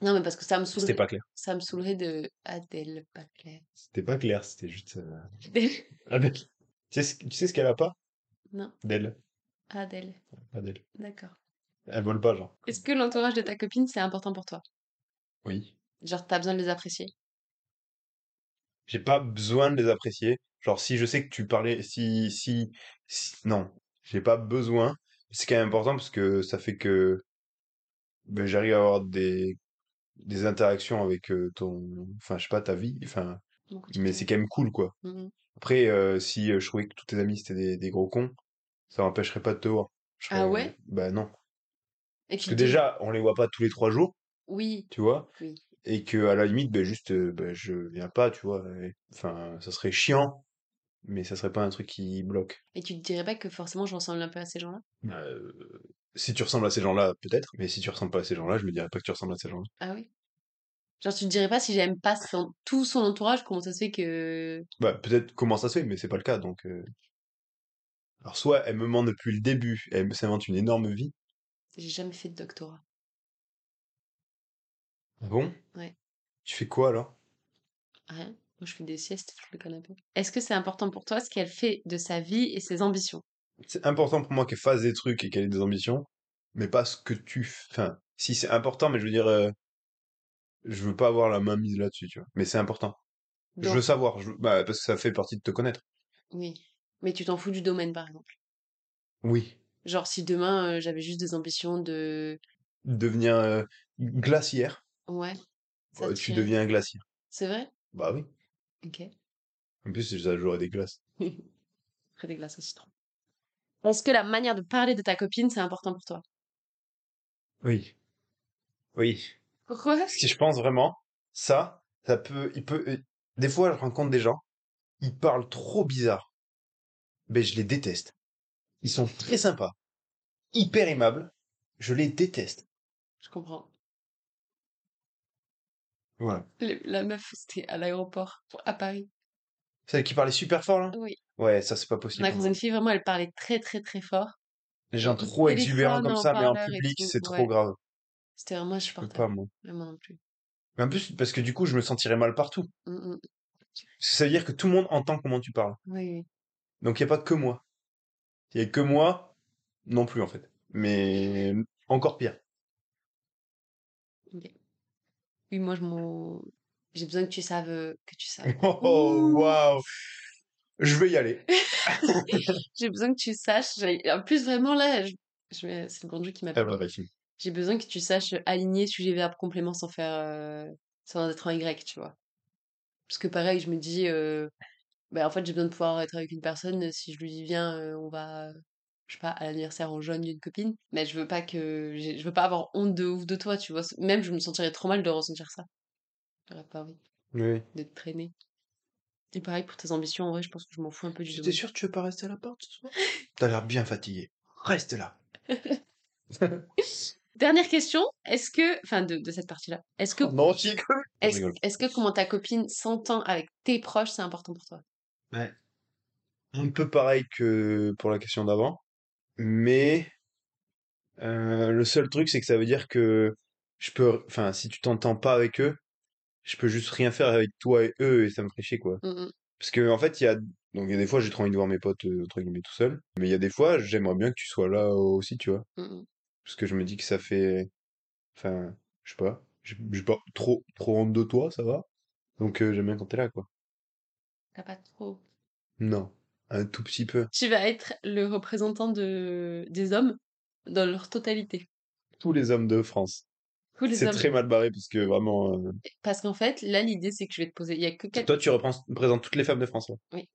Speaker 1: Non, mais parce que ça me
Speaker 2: C'était
Speaker 1: saoulerait.
Speaker 2: pas clair.
Speaker 1: Ça me saoulerait de Adèle Bacler.
Speaker 2: C'était pas clair, c'était juste. euh,
Speaker 1: Adèle.
Speaker 2: Adèle. Tu sais, ce- tu sais ce qu'elle a pas?
Speaker 1: Non,
Speaker 2: D'elle.
Speaker 1: Adèle.
Speaker 2: Pas d'elle.
Speaker 1: D'accord.
Speaker 2: Elle vole pas, genre.
Speaker 1: Est-ce que l'entourage de ta copine, c'est important pour toi
Speaker 2: Oui.
Speaker 1: Genre, t'as besoin de les apprécier
Speaker 2: J'ai pas besoin de les apprécier. Genre, si je sais que tu parlais, si, si, si- non. J'ai pas besoin. C'est quand même important parce que ça fait que ben, j'arrive à avoir des, des interactions avec euh, ton, enfin, je sais pas, ta vie. Enfin,
Speaker 1: mon quotidien.
Speaker 2: mais c'est quand même cool, quoi.
Speaker 1: Mhm.
Speaker 2: Après, euh, si euh, je trouvais que tous tes amis c'était des, des gros cons, ça m'empêcherait pas de te voir. Je
Speaker 1: Ah
Speaker 2: serais,
Speaker 1: ouais
Speaker 2: bah non.
Speaker 1: Et
Speaker 2: Parce
Speaker 1: tu te
Speaker 2: que
Speaker 1: dis,
Speaker 2: déjà, on les voit pas tous les trois jours,
Speaker 1: oui,
Speaker 2: tu vois.
Speaker 1: oui.
Speaker 2: et que à la limite ben juste euh, ben, je viens pas tu vois et- enfin ça serait chiant mais ça serait pas un truc qui bloque
Speaker 1: Et tu te dirais pas que forcément je ressemble un peu à ces gens-là
Speaker 2: Euh, si tu ressembles à ces gens-là peut-être mais si tu ressembles pas à ces gens-là je me dirais pas que tu ressembles à ces gens-là
Speaker 1: Ah oui Genre, tu te dirais pas si j'aime pas son- tout son entourage, comment ça se fait que.
Speaker 2: Bah, peut-être comment ça se fait, mais c'est pas le cas, donc. euh. Alors, soit elle me ment depuis le début, elle me- s'invente une énorme vie.
Speaker 1: J'ai jamais fait de doctorat.
Speaker 2: Ah Bon
Speaker 1: Ouais.
Speaker 2: Tu fais quoi alors
Speaker 1: Rien. Moi, je fais des siestes sur le canapé. Est-ce que c'est important pour toi ce qu'elle fait de sa vie et ses ambitions
Speaker 2: C'est important pour moi qu'elle fasse des trucs et qu'elle ait des ambitions, mais pas ce que tu. f- Enfin, si c'est important, mais je veux dire. euh, Je veux pas avoir la main mise là-dessus, tu vois. Mais c'est important. Je
Speaker 1: Donc-
Speaker 2: veux savoir, je veux- bah, parce que ça fait partie de te connaître.
Speaker 1: Oui. Mais tu t'en fous du domaine, par exemple.
Speaker 2: Oui.
Speaker 1: Genre, si demain, euh, j'avais juste des ambitions de.
Speaker 2: Devenir euh, glaciaire,
Speaker 1: Ouais. ça
Speaker 2: euh,
Speaker 1: te
Speaker 2: tu
Speaker 1: dirait.
Speaker 2: deviens un glacier.
Speaker 1: C'est vrai
Speaker 2: Bah oui.
Speaker 1: Ok.
Speaker 2: En plus, ça jouerait des glaces.
Speaker 1: Après des glaces au citron. Est-ce que la manière de parler de ta copine, c'est important pour toi
Speaker 2: Oui. Oui.
Speaker 1: Pourquoi
Speaker 2: Parce que je pense vraiment, ça, ça peut, il peut, euh, des fois, je rencontre des gens, ils parlent trop bizarre. Mais je les déteste. Ils sont très sympas, hyper aimables. Je les déteste.
Speaker 1: Je comprends.
Speaker 2: Voilà.
Speaker 1: Le- la meuf, c'était à l'aéroport, pour- à Paris.
Speaker 2: Celle qui parlait super fort, là?
Speaker 1: Oui.
Speaker 2: Ouais, ça, c'est pas
Speaker 1: On
Speaker 2: possible.
Speaker 1: a croisé une fille, vraiment, elle parlait très, très, très fort.
Speaker 2: Les gens
Speaker 1: Ils
Speaker 2: trop
Speaker 1: téléphonent
Speaker 2: exubérants comme
Speaker 1: en
Speaker 2: ça, mais en
Speaker 1: parleur et
Speaker 2: public,
Speaker 1: tout,
Speaker 2: c'est trop
Speaker 1: ouais.
Speaker 2: grave.
Speaker 1: C'était vraiment
Speaker 2: Je peux
Speaker 1: insupportable.
Speaker 2: pas, moi.
Speaker 1: Ouais, Moi non plus.
Speaker 2: Mais en plus, parce que du coup, je me sentirais mal partout.
Speaker 1: Mm, mm.
Speaker 2: Parce que ça veut dire que tout le monde entend comment tu parles.
Speaker 1: Oui, oui.
Speaker 2: Donc il n'y a pas que moi. Il n'y a que moi non plus en fait. Mais encore pire.
Speaker 1: Ok. Oui, moi, je m'en... J'ai besoin que tu saves... euh, Que tu saves.
Speaker 2: Oh
Speaker 1: Ouh.
Speaker 2: waouh Je vais y aller.
Speaker 1: J'ai besoin que tu saches... j'ai- En plus, vraiment, là, je... je vais- c'est le grand jeu qui m'appelle.
Speaker 2: Elle va vérifier.
Speaker 1: J'ai besoin que tu saches aligner sujet, verbe, complément sans faire... euh, Sans être en Y, tu vois. Parce que pareil, je me dis... euh, bah, en fait, j'ai besoin de pouvoir être avec une personne. euh, Si je lui dis, viens, euh, on va... euh, Je sais pas, à l'anniversaire en jaune d'une copine. Mais je veux pas que... j'ai- Je veux pas avoir honte de ouf de toi, tu vois. Même, je me sentirais trop mal de ressentir ça. J'aurais pas envie.
Speaker 2: Oui.
Speaker 1: de te traîner. Et pareil pour tes ambitions, en vrai, je pense que je m'en fous un peu du
Speaker 2: Tu
Speaker 1: domaine.
Speaker 2: t'es sûr que tu veux pas rester à la porte ce soir T'as l'air bien fatigué. Reste là.
Speaker 1: Dernière question, est-ce que, enfin de, de cette partie-là, est-ce que,
Speaker 2: Non, j'y ai cru. Je
Speaker 1: est-ce,
Speaker 2: rigole.
Speaker 1: est-ce que comment ta copine s'entend avec tes proches, c'est important pour toi
Speaker 2: Un peu pareil que pour la question d'avant. Mais euh, le seul truc, c'est que ça veut dire que je peux. Enfin, si tu t'entends pas avec eux, je peux juste rien faire avec toi et eux et ça me fait chier quoi.
Speaker 1: Mm, mm.
Speaker 2: Parce que en fait, il y a donc il y a des fois j'ai trop envie de voir mes potes euh, entre guillemets tout seul, mais il y a des fois j'aimerais bien que tu sois là euh, aussi, tu vois,
Speaker 1: Mm, mm.
Speaker 2: parce que je me dis que ça fait, enfin, je sais pas, j'ai j'ai pas trop trop honte de toi, ça va, donc euh, j'aime bien quand t'es là quoi.
Speaker 1: T'as pas trop.
Speaker 2: Non, un tout petit peu,
Speaker 1: Tu vas être le représentant de, des hommes dans leur totalité.
Speaker 2: tous les hommes de France.
Speaker 1: Tous les
Speaker 2: C'est
Speaker 1: hommes.
Speaker 2: très mal barré parce que vraiment, euh,
Speaker 1: Parce qu'en fait, là, l'idée, c'est que je vais te poser, il y a que quatre.
Speaker 2: toi tu représentes représentes toutes les femmes de France. ouais.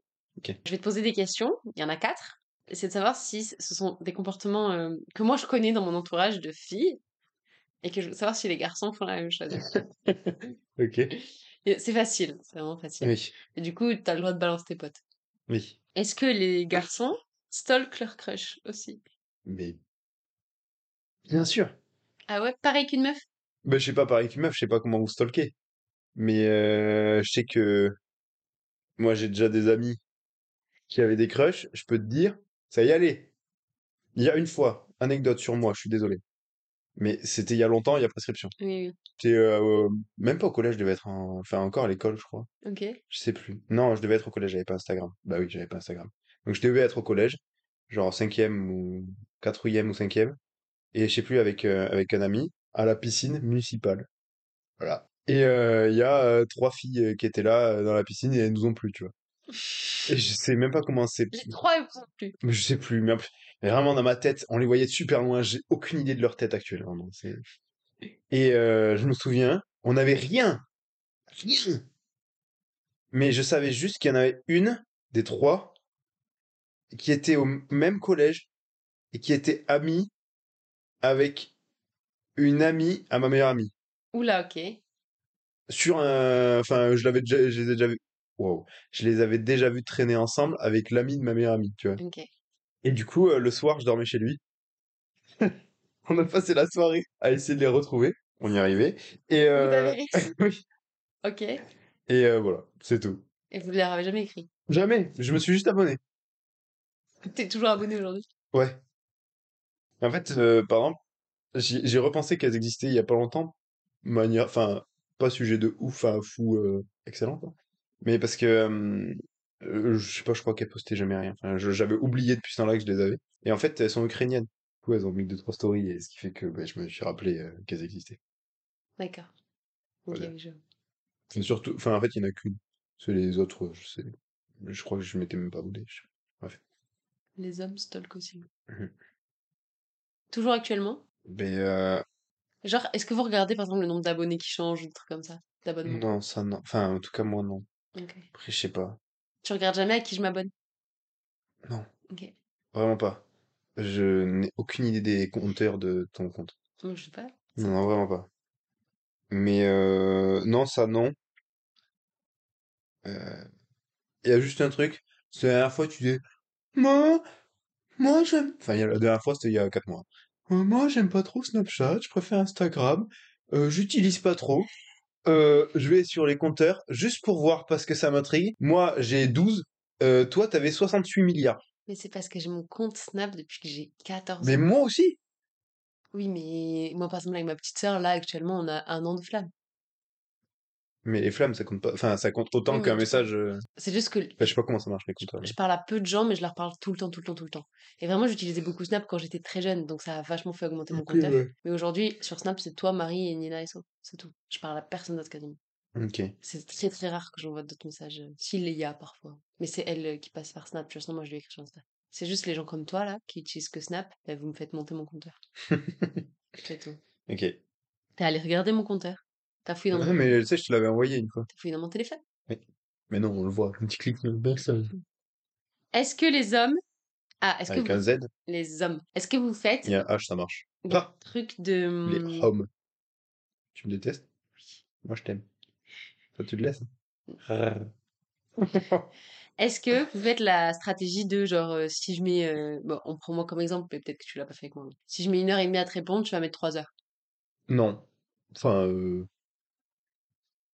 Speaker 1: Je vais te poser des questions, il y en a quatre. C'est de savoir si c- ce sont des comportements euh, que moi je connais dans mon entourage de filles et que je veux savoir si les garçons font la même chose.
Speaker 2: Ok.
Speaker 1: Et C'est facile, c'est vraiment facile.
Speaker 2: Oui,
Speaker 1: Et du coup, t'as le droit de balancer tes potes.
Speaker 2: oui.
Speaker 1: Est-ce que les garçons stalkent leur crush aussi
Speaker 2: Mais bien sûr.
Speaker 1: Ah ouais, pareil qu'une meuf
Speaker 2: Ben, je sais pas, pareil qu'une meuf, je sais pas comment vous stalker. Mais euh, je sais que moi, j'ai déjà des amis qui avaient des crushs. Je peux te dire, ça y allait. Il y a une fois, anecdote sur moi, je suis désolé. Mais c'était il y a longtemps, il y a prescription.
Speaker 1: Oui,
Speaker 2: C'était euh, euh, même pas au collège, je devais être en... enfin encore à l'école, je crois.
Speaker 1: oui. Ok.
Speaker 2: Je sais plus. Non, je devais être au collège, j'avais pas Instagram. Bah oui, j'avais pas Instagram. Donc je devais être au collège, genre en cinquième ou quatrième ou cinquième, et je sais plus avec euh, avec un ami à la piscine municipale. Voilà. Et euh, il y a euh, trois filles euh, qui étaient là euh, dans la piscine et elles nous ont plu, tu vois. Et je sais même pas comment c'est.
Speaker 1: Les trois, ils ne sont plus.
Speaker 2: Mais Je sais plus. Mais en plus- mais vraiment dans ma tête, on les voyait de super loin. J'ai aucune idée de leur tête actuelle. vraiment, c'est- Et euh, je me souviens, on n'avait rien, rien. Mais je savais juste qu'il y en avait une des trois qui était au m- même collège et qui était amie avec une amie à ma meilleure amie.
Speaker 1: Oula, ok.
Speaker 2: sur un enfin je l'avais déjà je les ai déjà vu wow. je les avais déjà vus traîner ensemble avec l'ami de ma meilleure amie tu vois
Speaker 1: Ok.
Speaker 2: et du coup euh, le soir je dormais chez lui on a passé la soirée à essayer de les retrouver on y arrivait. Et,
Speaker 1: Vous
Speaker 2: euh,
Speaker 1: avez-
Speaker 2: oui.
Speaker 1: Ok. Et
Speaker 2: et euh, voilà, c'est tout.
Speaker 1: vous ne leur avez jamais écrit.
Speaker 2: Jamais, je me suis juste abonné.
Speaker 1: T'es toujours abonné aujourd'hui.
Speaker 2: Ouais. En fait, euh, par exemple, j'ai j'ai repensé qu'elles existaient il y a pas longtemps. Manière, enfin, pas sujet de ouf à fou euh, excellent, quoi. Mais parce que, euh, euh, je sais pas, je crois qu'elles postaient jamais rien. Enfin, je- j'avais oublié depuis ce temps-là que je les avais. Et en fait, elles sont ukrainiennes. Du coup, elles ont mis deux, trois stories, et ce qui fait que bah, je me suis rappelé euh, qu'elles existaient.
Speaker 1: D'accord. Ok,
Speaker 2: Voilà.
Speaker 1: je-
Speaker 2: Enfin, surtout, enfin, en fait, il n'y en a qu'une. C'est les autres, je sais. Je crois que je m'étais même pas abonné. je sais
Speaker 1: Les hommes stalk aussi.
Speaker 2: Mhm.
Speaker 1: toujours actuellement
Speaker 2: pas. Mais, euh,
Speaker 1: Genre, est-ce que vous regardez par exemple le nombre d'abonnés qui change ou des trucs comme ça D'abonnements
Speaker 2: non, ça, non. Enfin, en tout cas, moi, non.
Speaker 1: Ok.
Speaker 2: Après, je sais pas.
Speaker 1: Tu regardes jamais à qui je m'abonne
Speaker 2: Non.
Speaker 1: Ok.
Speaker 2: Vraiment pas. Je n'ai aucune idée des compteurs de ton compte.
Speaker 1: Donc, je sais pas.
Speaker 2: Non, non, vraiment pas. Mais euh, non, ça non. Euh, Il y a juste un truc. C'est la dernière fois, tu dis Moi, moi j'aime. Enfin, il y a- la dernière fois, c'était il y a 4 mois. Euh, moi, j'aime pas trop Snapchat. Je préfère Instagram. Euh, j'utilise pas trop. Euh, je vais sur les compteurs juste pour voir parce que ça m'intrigue. Moi, j'ai 12. Euh, toi, t'avais 68 milliards.
Speaker 1: Mais c'est parce que j'ai mon compte Snap depuis que j'ai 14 ans.
Speaker 2: Mais moi aussi.
Speaker 1: Oui, mais moi par exemple avec ma petite sœur, là actuellement on a un an de flamme.
Speaker 2: Mais les flammes, ça compte pas. Enfin, ça compte autant
Speaker 1: Oui,
Speaker 2: qu'un
Speaker 1: mais tu vois.
Speaker 2: message. euh,
Speaker 1: C'est juste que
Speaker 2: Enfin, je sais pas comment ça marche, les compteurs. mais-
Speaker 1: je parle à peu de gens, mais je leur parle tout le temps, tout le temps, tout le temps. Et vraiment, j'utilisais beaucoup Snap quand j'étais très jeune, donc ça a vachement fait augmenter mon
Speaker 2: Ok,
Speaker 1: compteur.
Speaker 2: ouais.
Speaker 1: Mais aujourd'hui, sur Snap, c'est toi, Marie et Nina et So. C'est tout. Je parle à personne d'autre quasiment.
Speaker 2: Ok.
Speaker 1: C'est très très rare que j'envoie d'autres messages. euh, S'il y a parfois. Mais c'est elle euh, qui passe par Snap. Tu vois, sinon moi je lui écris sur Insta. C'est juste les gens comme toi là qui utilisent que Snap. bah, vous me faites monter mon compteur. c'est tout.
Speaker 2: Ok.
Speaker 1: T'es allé regarder mon compteur. T'as fouillé, dans
Speaker 2: Non,
Speaker 1: mon...
Speaker 2: mais tu sais, je te l'avais envoyé une fois.
Speaker 1: t'as fouillé dans mon téléphone.
Speaker 2: Mais non, on le voit. Un petit clic, euh, personne.
Speaker 1: Est-ce que les hommes. Ah, est-ce que
Speaker 2: Avec
Speaker 1: vous...
Speaker 2: un Z
Speaker 1: les hommes. Est-ce que vous faites
Speaker 2: et un H, ça marche.
Speaker 1: des
Speaker 2: pas.
Speaker 1: trucs de.
Speaker 2: Les
Speaker 1: hum,
Speaker 2: hommes. Tu me détestes? Moi, je t'aime. Toi, tu te laisses? hein
Speaker 1: Est-ce que vous faites la stratégie de genre euh, si je mets euh, bon, on prend moi comme exemple mais peut-être que tu l'as pas fait avec moi. mais Si je mets une heure et demie à te répondre, tu vas mettre trois heures.
Speaker 2: Non. Enfin, euh...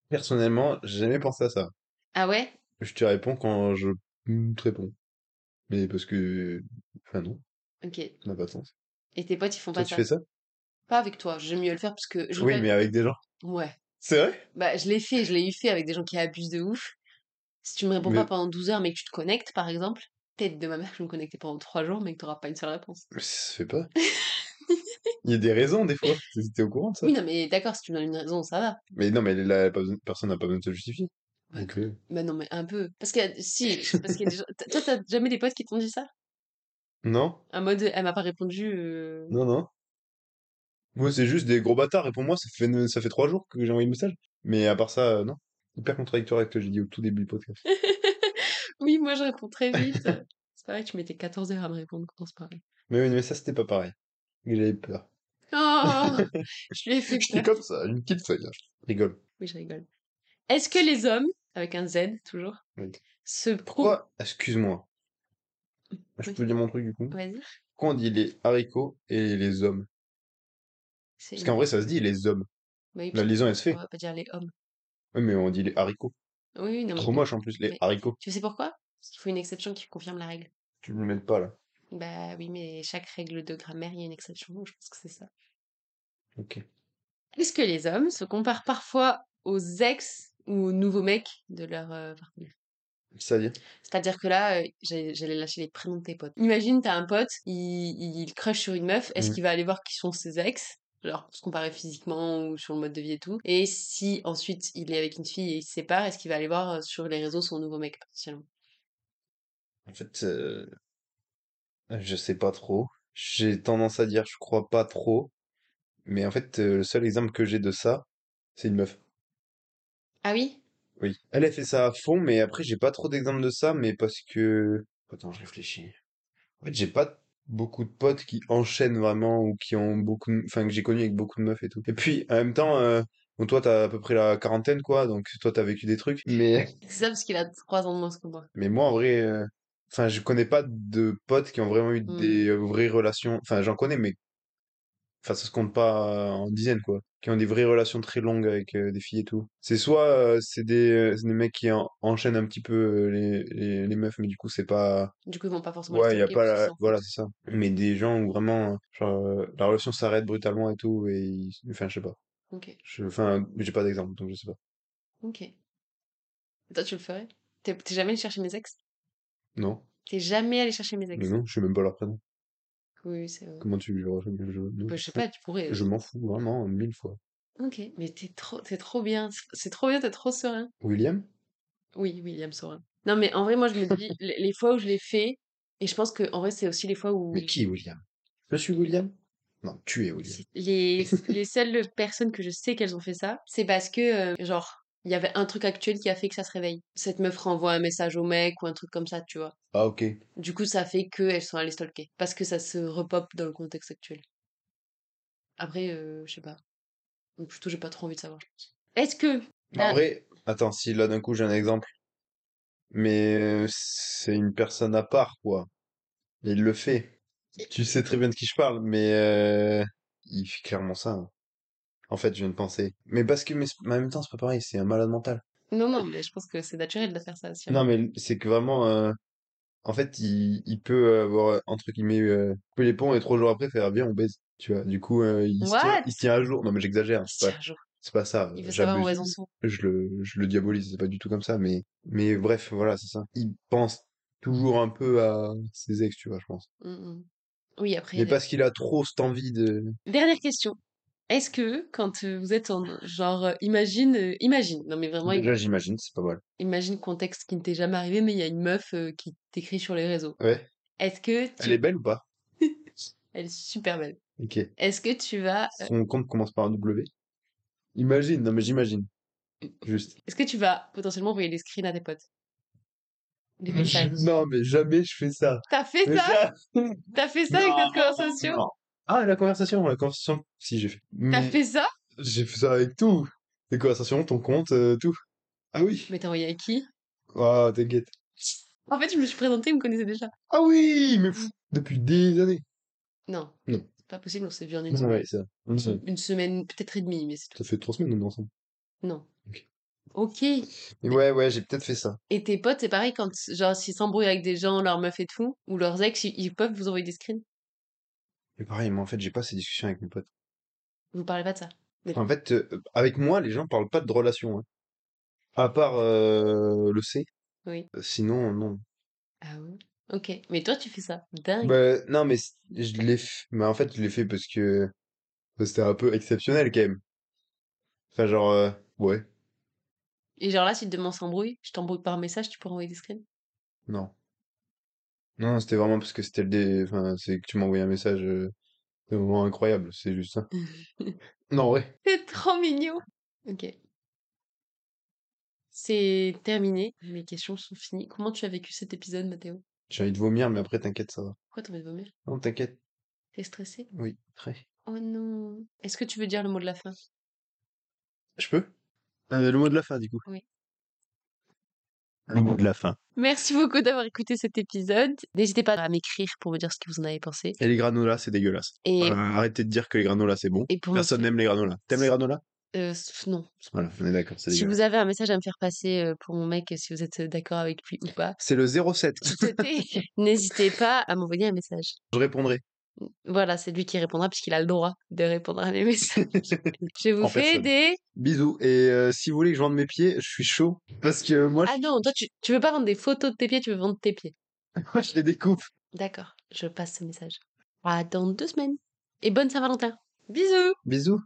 Speaker 2: personnellement, j'ai jamais pensé à ça.
Speaker 1: Ah ouais
Speaker 2: Je te réponds quand je te réponds. Mais parce que. Enfin, non,
Speaker 1: Ok. Et
Speaker 2: ça n'a pas de sens.
Speaker 1: tes potes ils font
Speaker 2: Toi,
Speaker 1: pas
Speaker 2: tu
Speaker 1: Bah, ça.
Speaker 2: fais ça?
Speaker 1: Pas avec toi. J'aime mieux le faire parce que je le
Speaker 2: Oui,
Speaker 1: fais-
Speaker 2: mais avec des gens.
Speaker 1: ouais.
Speaker 2: C'est vrai?
Speaker 1: Bah je l'ai fait, je l'ai eu fait avec des gens qui abusent de ouf. Si tu me réponds pas
Speaker 2: Mais-
Speaker 1: pendant 12 heures mais que tu te connectes par exemple, tête de ma mère, je me connectais pendant trois jours mais que t'auras pas une seule réponse.
Speaker 2: Mais ça se fait pas. Il y a des raisons, des fois. T'es t'es au courant de ça?
Speaker 1: Oui non mais d'accord si tu me donnes une raison ça va.
Speaker 2: Mais non, mais là, elle a pas besoin- personne n'a pas besoin de se justifier.
Speaker 1: Ouais.
Speaker 2: Donc, euh,
Speaker 1: Bah non mais un peu parce que si c'est parce qu'il y a des gens... toi t'as jamais des potes qui t'ont dit ça
Speaker 2: Non,
Speaker 1: En mode elle m'a pas répondu. euh,
Speaker 2: non, non. Moi, c'est juste des gros bâtards. Et pour moi, ça fait, ça fait trois jours que j'ai envoyé le message. Mais à part ça, euh, non. Hyper contradictoire avec ce que j'ai dit au tout début du podcast.
Speaker 1: Oui, moi je réponds très vite. C'est pareil, tu mettais 14 heures à me répondre quand on se parlait.
Speaker 2: Mais oui, mais ça, c'était pas pareil. Et J'avais peur.
Speaker 1: Oh Je lui ai fait
Speaker 2: J'étais
Speaker 1: peur.
Speaker 2: comme ça, une petite feuille. là. Rigole.
Speaker 1: Oui, je rigole. Est-ce que les hommes, avec un Z toujours,
Speaker 2: Oui.
Speaker 1: se prouvent.
Speaker 2: Pourquoi? Excuse-moi. Je
Speaker 1: Oui.
Speaker 2: peux dire mon truc, du coup?
Speaker 1: Vas-y.
Speaker 2: Quand on dit les haricots et les hommes.
Speaker 1: C'est-
Speaker 2: Parce qu'en vrai, ça se dit les hommes.
Speaker 1: Bah oui,
Speaker 2: La liaison, elle se fait.
Speaker 1: on va pas dire les hommes.
Speaker 2: Oui, mais on dit les haricots.
Speaker 1: Oui, oui, non, mais-
Speaker 2: Trop moche en plus, les
Speaker 1: Mais-
Speaker 2: haricots.
Speaker 1: Tu sais pourquoi Parce qu'il faut une exception qui confirme la règle.
Speaker 2: Tu me le mets pas là.
Speaker 1: Bah oui, mais chaque règle de grammaire, il y a une exception, donc je pense que c'est ça.
Speaker 2: Ok.
Speaker 1: Est-ce que les hommes se comparent parfois aux ex ou aux nouveaux mecs de leur euh, partenaire
Speaker 2: C'est-à-dire
Speaker 1: C'est-à-dire que là, euh, j'allais j'allais lâcher les prénoms de tes potes. Imagine, t'as un pote, il, il crush sur une meuf, est-ce
Speaker 2: Mhm.
Speaker 1: qu'il va aller voir qui sont ses ex Genre, pour se comparer physiquement ou sur le mode de vie et tout. Et si ensuite il est avec une fille et il se sépare, est-ce qu'il va aller voir euh, sur les réseaux son nouveau mec potentiellement
Speaker 2: En fait, euh, je sais pas trop. J'ai tendance à dire je crois pas trop. Mais en fait, euh, le seul exemple que j'ai de ça, c'est une meuf.
Speaker 1: Ah oui
Speaker 2: Oui. Elle a fait ça à fond, mais après, j'ai pas trop d'exemples de ça, mais parce que... Attends, je réfléchis. En fait, j'ai pas beaucoup de potes qui enchaînent vraiment ou qui ont beaucoup... de- Enfin, que j'ai connu avec beaucoup de meufs et tout. Et puis, en même temps, euh, bon, toi, t'as à peu près la quarantaine, quoi. Donc, toi, t'as vécu des trucs. Mais...
Speaker 1: C'est ça parce qu'il a trois ans de moins que moi.
Speaker 2: Mais moi, en vrai, euh, enfin, je connais pas de potes qui ont vraiment eu
Speaker 1: Hmm.
Speaker 2: des euh, vraies relations. Enfin, j'en connais, mais Enfin, ça se compte pas en dizaines, quoi. Qui ont des vraies relations très longues avec euh, des filles et tout. C'est soit euh, c'est des, c'est des mecs qui en- enchaînent un petit peu euh, les, les, les meufs, mais du coup, c'est pas.
Speaker 1: Du coup, ils vont pas forcément
Speaker 2: Ouais, y a
Speaker 1: stalker
Speaker 2: pas
Speaker 1: parce qu'ils
Speaker 2: la...
Speaker 1: s'en
Speaker 2: Voilà, c'est ça. Mais des gens où vraiment, euh, genre, euh, la relation s'arrête brutalement et tout, et ils- Enfin, je sais pas.
Speaker 1: foutent. Ok,
Speaker 2: Je... Enfin, j'ai pas d'exemple, donc je sais pas.
Speaker 1: ok. Toi, tu le ferais T'es t'es jamais allé chercher mes ex
Speaker 2: Non.
Speaker 1: T'es jamais allé chercher mes ex
Speaker 2: Mais non, je sais même pas leur prénom.
Speaker 1: Oui, c'est vrai.
Speaker 2: Comment tu. Je, je- non.
Speaker 1: Bah, je sais pas, tu pourrais.
Speaker 2: Je m'en fous, vraiment, mille fois.
Speaker 1: Ok, mais t'es trop, t'es trop bien. C'est- C'est trop bien, t'es trop serein.
Speaker 2: William?
Speaker 1: Oui, William Sorin. Non, mais en vrai, moi, je me dis, les les fois où je l'ai fait, et je pense que en vrai, c'est aussi les fois où
Speaker 2: Mais qui est William? Je suis William? Non, tu es William.
Speaker 1: c'est- les, les seules personnes que je sais qu'elles ont fait ça, c'est parce que, euh, genre, il y avait un truc actuel qui a fait que ça se réveille. Cette meuf renvoie un message au mec ou un truc comme ça, tu vois.
Speaker 2: Ah, ok.
Speaker 1: Du coup, ça fait qu'elles sont allées stalker, parce que ça se repop dans le contexte actuel. Après, euh, je sais pas. Ou Plutôt, j'ai pas trop envie de savoir, je pense. Est-ce que.
Speaker 2: Bah,
Speaker 1: Ah.
Speaker 2: En vrai, attends, si là d'un coup j'ai un exemple, mais euh, c'est une personne à part, quoi. Il le fait. Tu sais très bien de qui je parle, mais euh, il fait clairement ça. hein. En fait, je viens de penser. Mais parce que, mais c'est- mais en même temps, c'est pas pareil, c'est un malade mental.
Speaker 1: Non, non, mais je pense que c'est naturel de faire ça aussi.
Speaker 2: Non, mais c'est que vraiment, euh, en fait, il, il peut avoir, euh, entre guillemets, euh, couper les ponts et trois jours après faire, viens, on baise. Tu vois, du coup, euh, il, se tient,
Speaker 1: What
Speaker 2: il se tient à jour. Non, mais j'exagère, c'est pas,
Speaker 1: un jour,
Speaker 2: c'est pas ça,
Speaker 1: il veut savoir où
Speaker 2: j'abuse.
Speaker 1: elles en sont.
Speaker 2: je le, je le diabolise, c'est pas du tout comme ça, mais, mais bref, voilà, c'est ça. Il pense toujours un peu à ses ex, tu vois, je pense.
Speaker 1: Mm, mm. Oui, après.
Speaker 2: Mais
Speaker 1: euh,
Speaker 2: parce qu'il a trop cette envie de...
Speaker 1: Dernière question. Est-ce que quand euh, vous êtes en genre euh, imagine euh, imagine non mais vraiment
Speaker 2: Déjà, j'imagine, c'est pas mal.
Speaker 1: imagine contexte qui ne t'est jamais arrivé mais il y a une meuf euh, qui t'écrit sur les réseaux.
Speaker 2: Ouais.
Speaker 1: Est-ce que tu...
Speaker 2: Elle est belle ou pas?
Speaker 1: Elle est super belle.
Speaker 2: Ok.
Speaker 1: Est-ce que tu vas
Speaker 2: Son compte commence par un W. Imagine, non mais j'imagine. Juste.
Speaker 1: est-ce que tu vas potentiellement envoyer des screens à tes potes Des
Speaker 2: Mais
Speaker 1: messages.
Speaker 2: je- Non, mais jamais je fais ça.
Speaker 1: T'as fait
Speaker 2: Mais
Speaker 1: ça
Speaker 2: ça-
Speaker 1: T'as fait ça avec notre conversation
Speaker 2: Non. Ah, la conversation, la conversation, si j'ai fait.
Speaker 1: T'as
Speaker 2: Mais
Speaker 1: fait ça
Speaker 2: j'ai fait ça avec tout. Les conversations, ton compte, euh, tout. Ah oui.
Speaker 1: Mais t'as envoyé à qui
Speaker 2: Ah, t'inquiète.
Speaker 1: En fait, je me suis présentée, ils me connaissaient déjà.
Speaker 2: Ah oui, mais pff, depuis des années.
Speaker 1: Non.
Speaker 2: Non.
Speaker 1: C'est pas possible, on s'est vu en une semaine.
Speaker 2: Ouais, ça. Ça
Speaker 1: Une semaine peut-être et demie mais c'est tout.
Speaker 2: fait trois semaines on est ensemble.
Speaker 1: Non.
Speaker 2: Ok.
Speaker 1: OK.
Speaker 2: Mais ouais, ouais, j'ai peut-être fait ça.
Speaker 1: Et tes potes, c'est pareil, quand genre s'ils s'embrouillent avec des gens, leurs meufs et tout, ou leurs ex, ils, ils peuvent vous envoyer des screens.
Speaker 2: Mais pareil, mais en fait, j'ai pas ces discussions avec mes potes.
Speaker 1: Vous parlez pas de ça.
Speaker 2: En fait, euh, avec moi, les gens parlent pas de relations. hein. À part euh, le C.
Speaker 1: Oui.
Speaker 2: Euh, Sinon, non.
Speaker 1: Ah oui. Ok. Mais toi, tu fais ça. Dingue.
Speaker 2: Bah, non, mais c- je l'ai f- Mais en fait, je l'ai fait parce que bah, c'était un peu exceptionnel quand même. Enfin, genre, euh, ouais,
Speaker 1: Et genre là, si demain on s'embrouille, je t'embrouille par message, tu pourras envoyer des screens.
Speaker 2: non. Non, c'était vraiment parce que c'était le dé... Enfin, c'est que tu m'as envoyé un message. euh, de moment incroyable, c'est juste ça. Non, ouais.
Speaker 1: C'est trop mignon. Ok. C'est terminé. Mes questions sont finies. Comment tu as vécu cet épisode, Mathéo
Speaker 2: J'ai envie de vomir, mais après, t'inquiète, ça va.
Speaker 1: Pourquoi t'as envie de vomir
Speaker 2: Non, t'inquiète.
Speaker 1: T'es stressé
Speaker 2: Oui, très.
Speaker 1: Oh non. Est-ce que tu veux dire le mot de la fin
Speaker 2: Je peux Euh, Le mot de la fin, du coup.
Speaker 1: Oui.
Speaker 2: Le mot de la fin.
Speaker 1: Merci beaucoup d'avoir écouté cet épisode. N'hésitez pas à m'écrire pour me dire ce que vous en avez pensé.
Speaker 2: Et les granolas, c'est dégueulasse.
Speaker 1: Et,
Speaker 2: Voilà, arrêtez de dire que les granolas, c'est bon.
Speaker 1: et pour me
Speaker 2: Personne n'aime les granolas. T'aimes les granolas
Speaker 1: Euh, s- non.
Speaker 2: Voilà, on est d'accord, c'est
Speaker 1: Si
Speaker 2: dégueulasse.
Speaker 1: vous avez un message à me faire passer euh, pour mon mec, euh, si vous êtes euh, d'accord avec lui ou pas,
Speaker 2: C'est le 07.
Speaker 1: si c'était- n'hésitez pas à m'envoyer un message.
Speaker 2: Je répondrai.
Speaker 1: Voilà, c'est lui qui répondra puisqu'il a le droit de répondre à mes messages. Je vous
Speaker 2: En
Speaker 1: fais
Speaker 2: personne.
Speaker 1: des...
Speaker 2: Bisous. Et euh, si vous voulez que je vende mes pieds, je suis chaud. Parce que moi, je,
Speaker 1: Ah non, toi, tu, tu veux pas vendre des photos de tes pieds, tu veux vendre tes pieds.
Speaker 2: moi, je les découpe.
Speaker 1: D'accord, je passe ce message. À dans deux semaines. Et bonne Saint-Valentin. Bisous
Speaker 2: Bisous.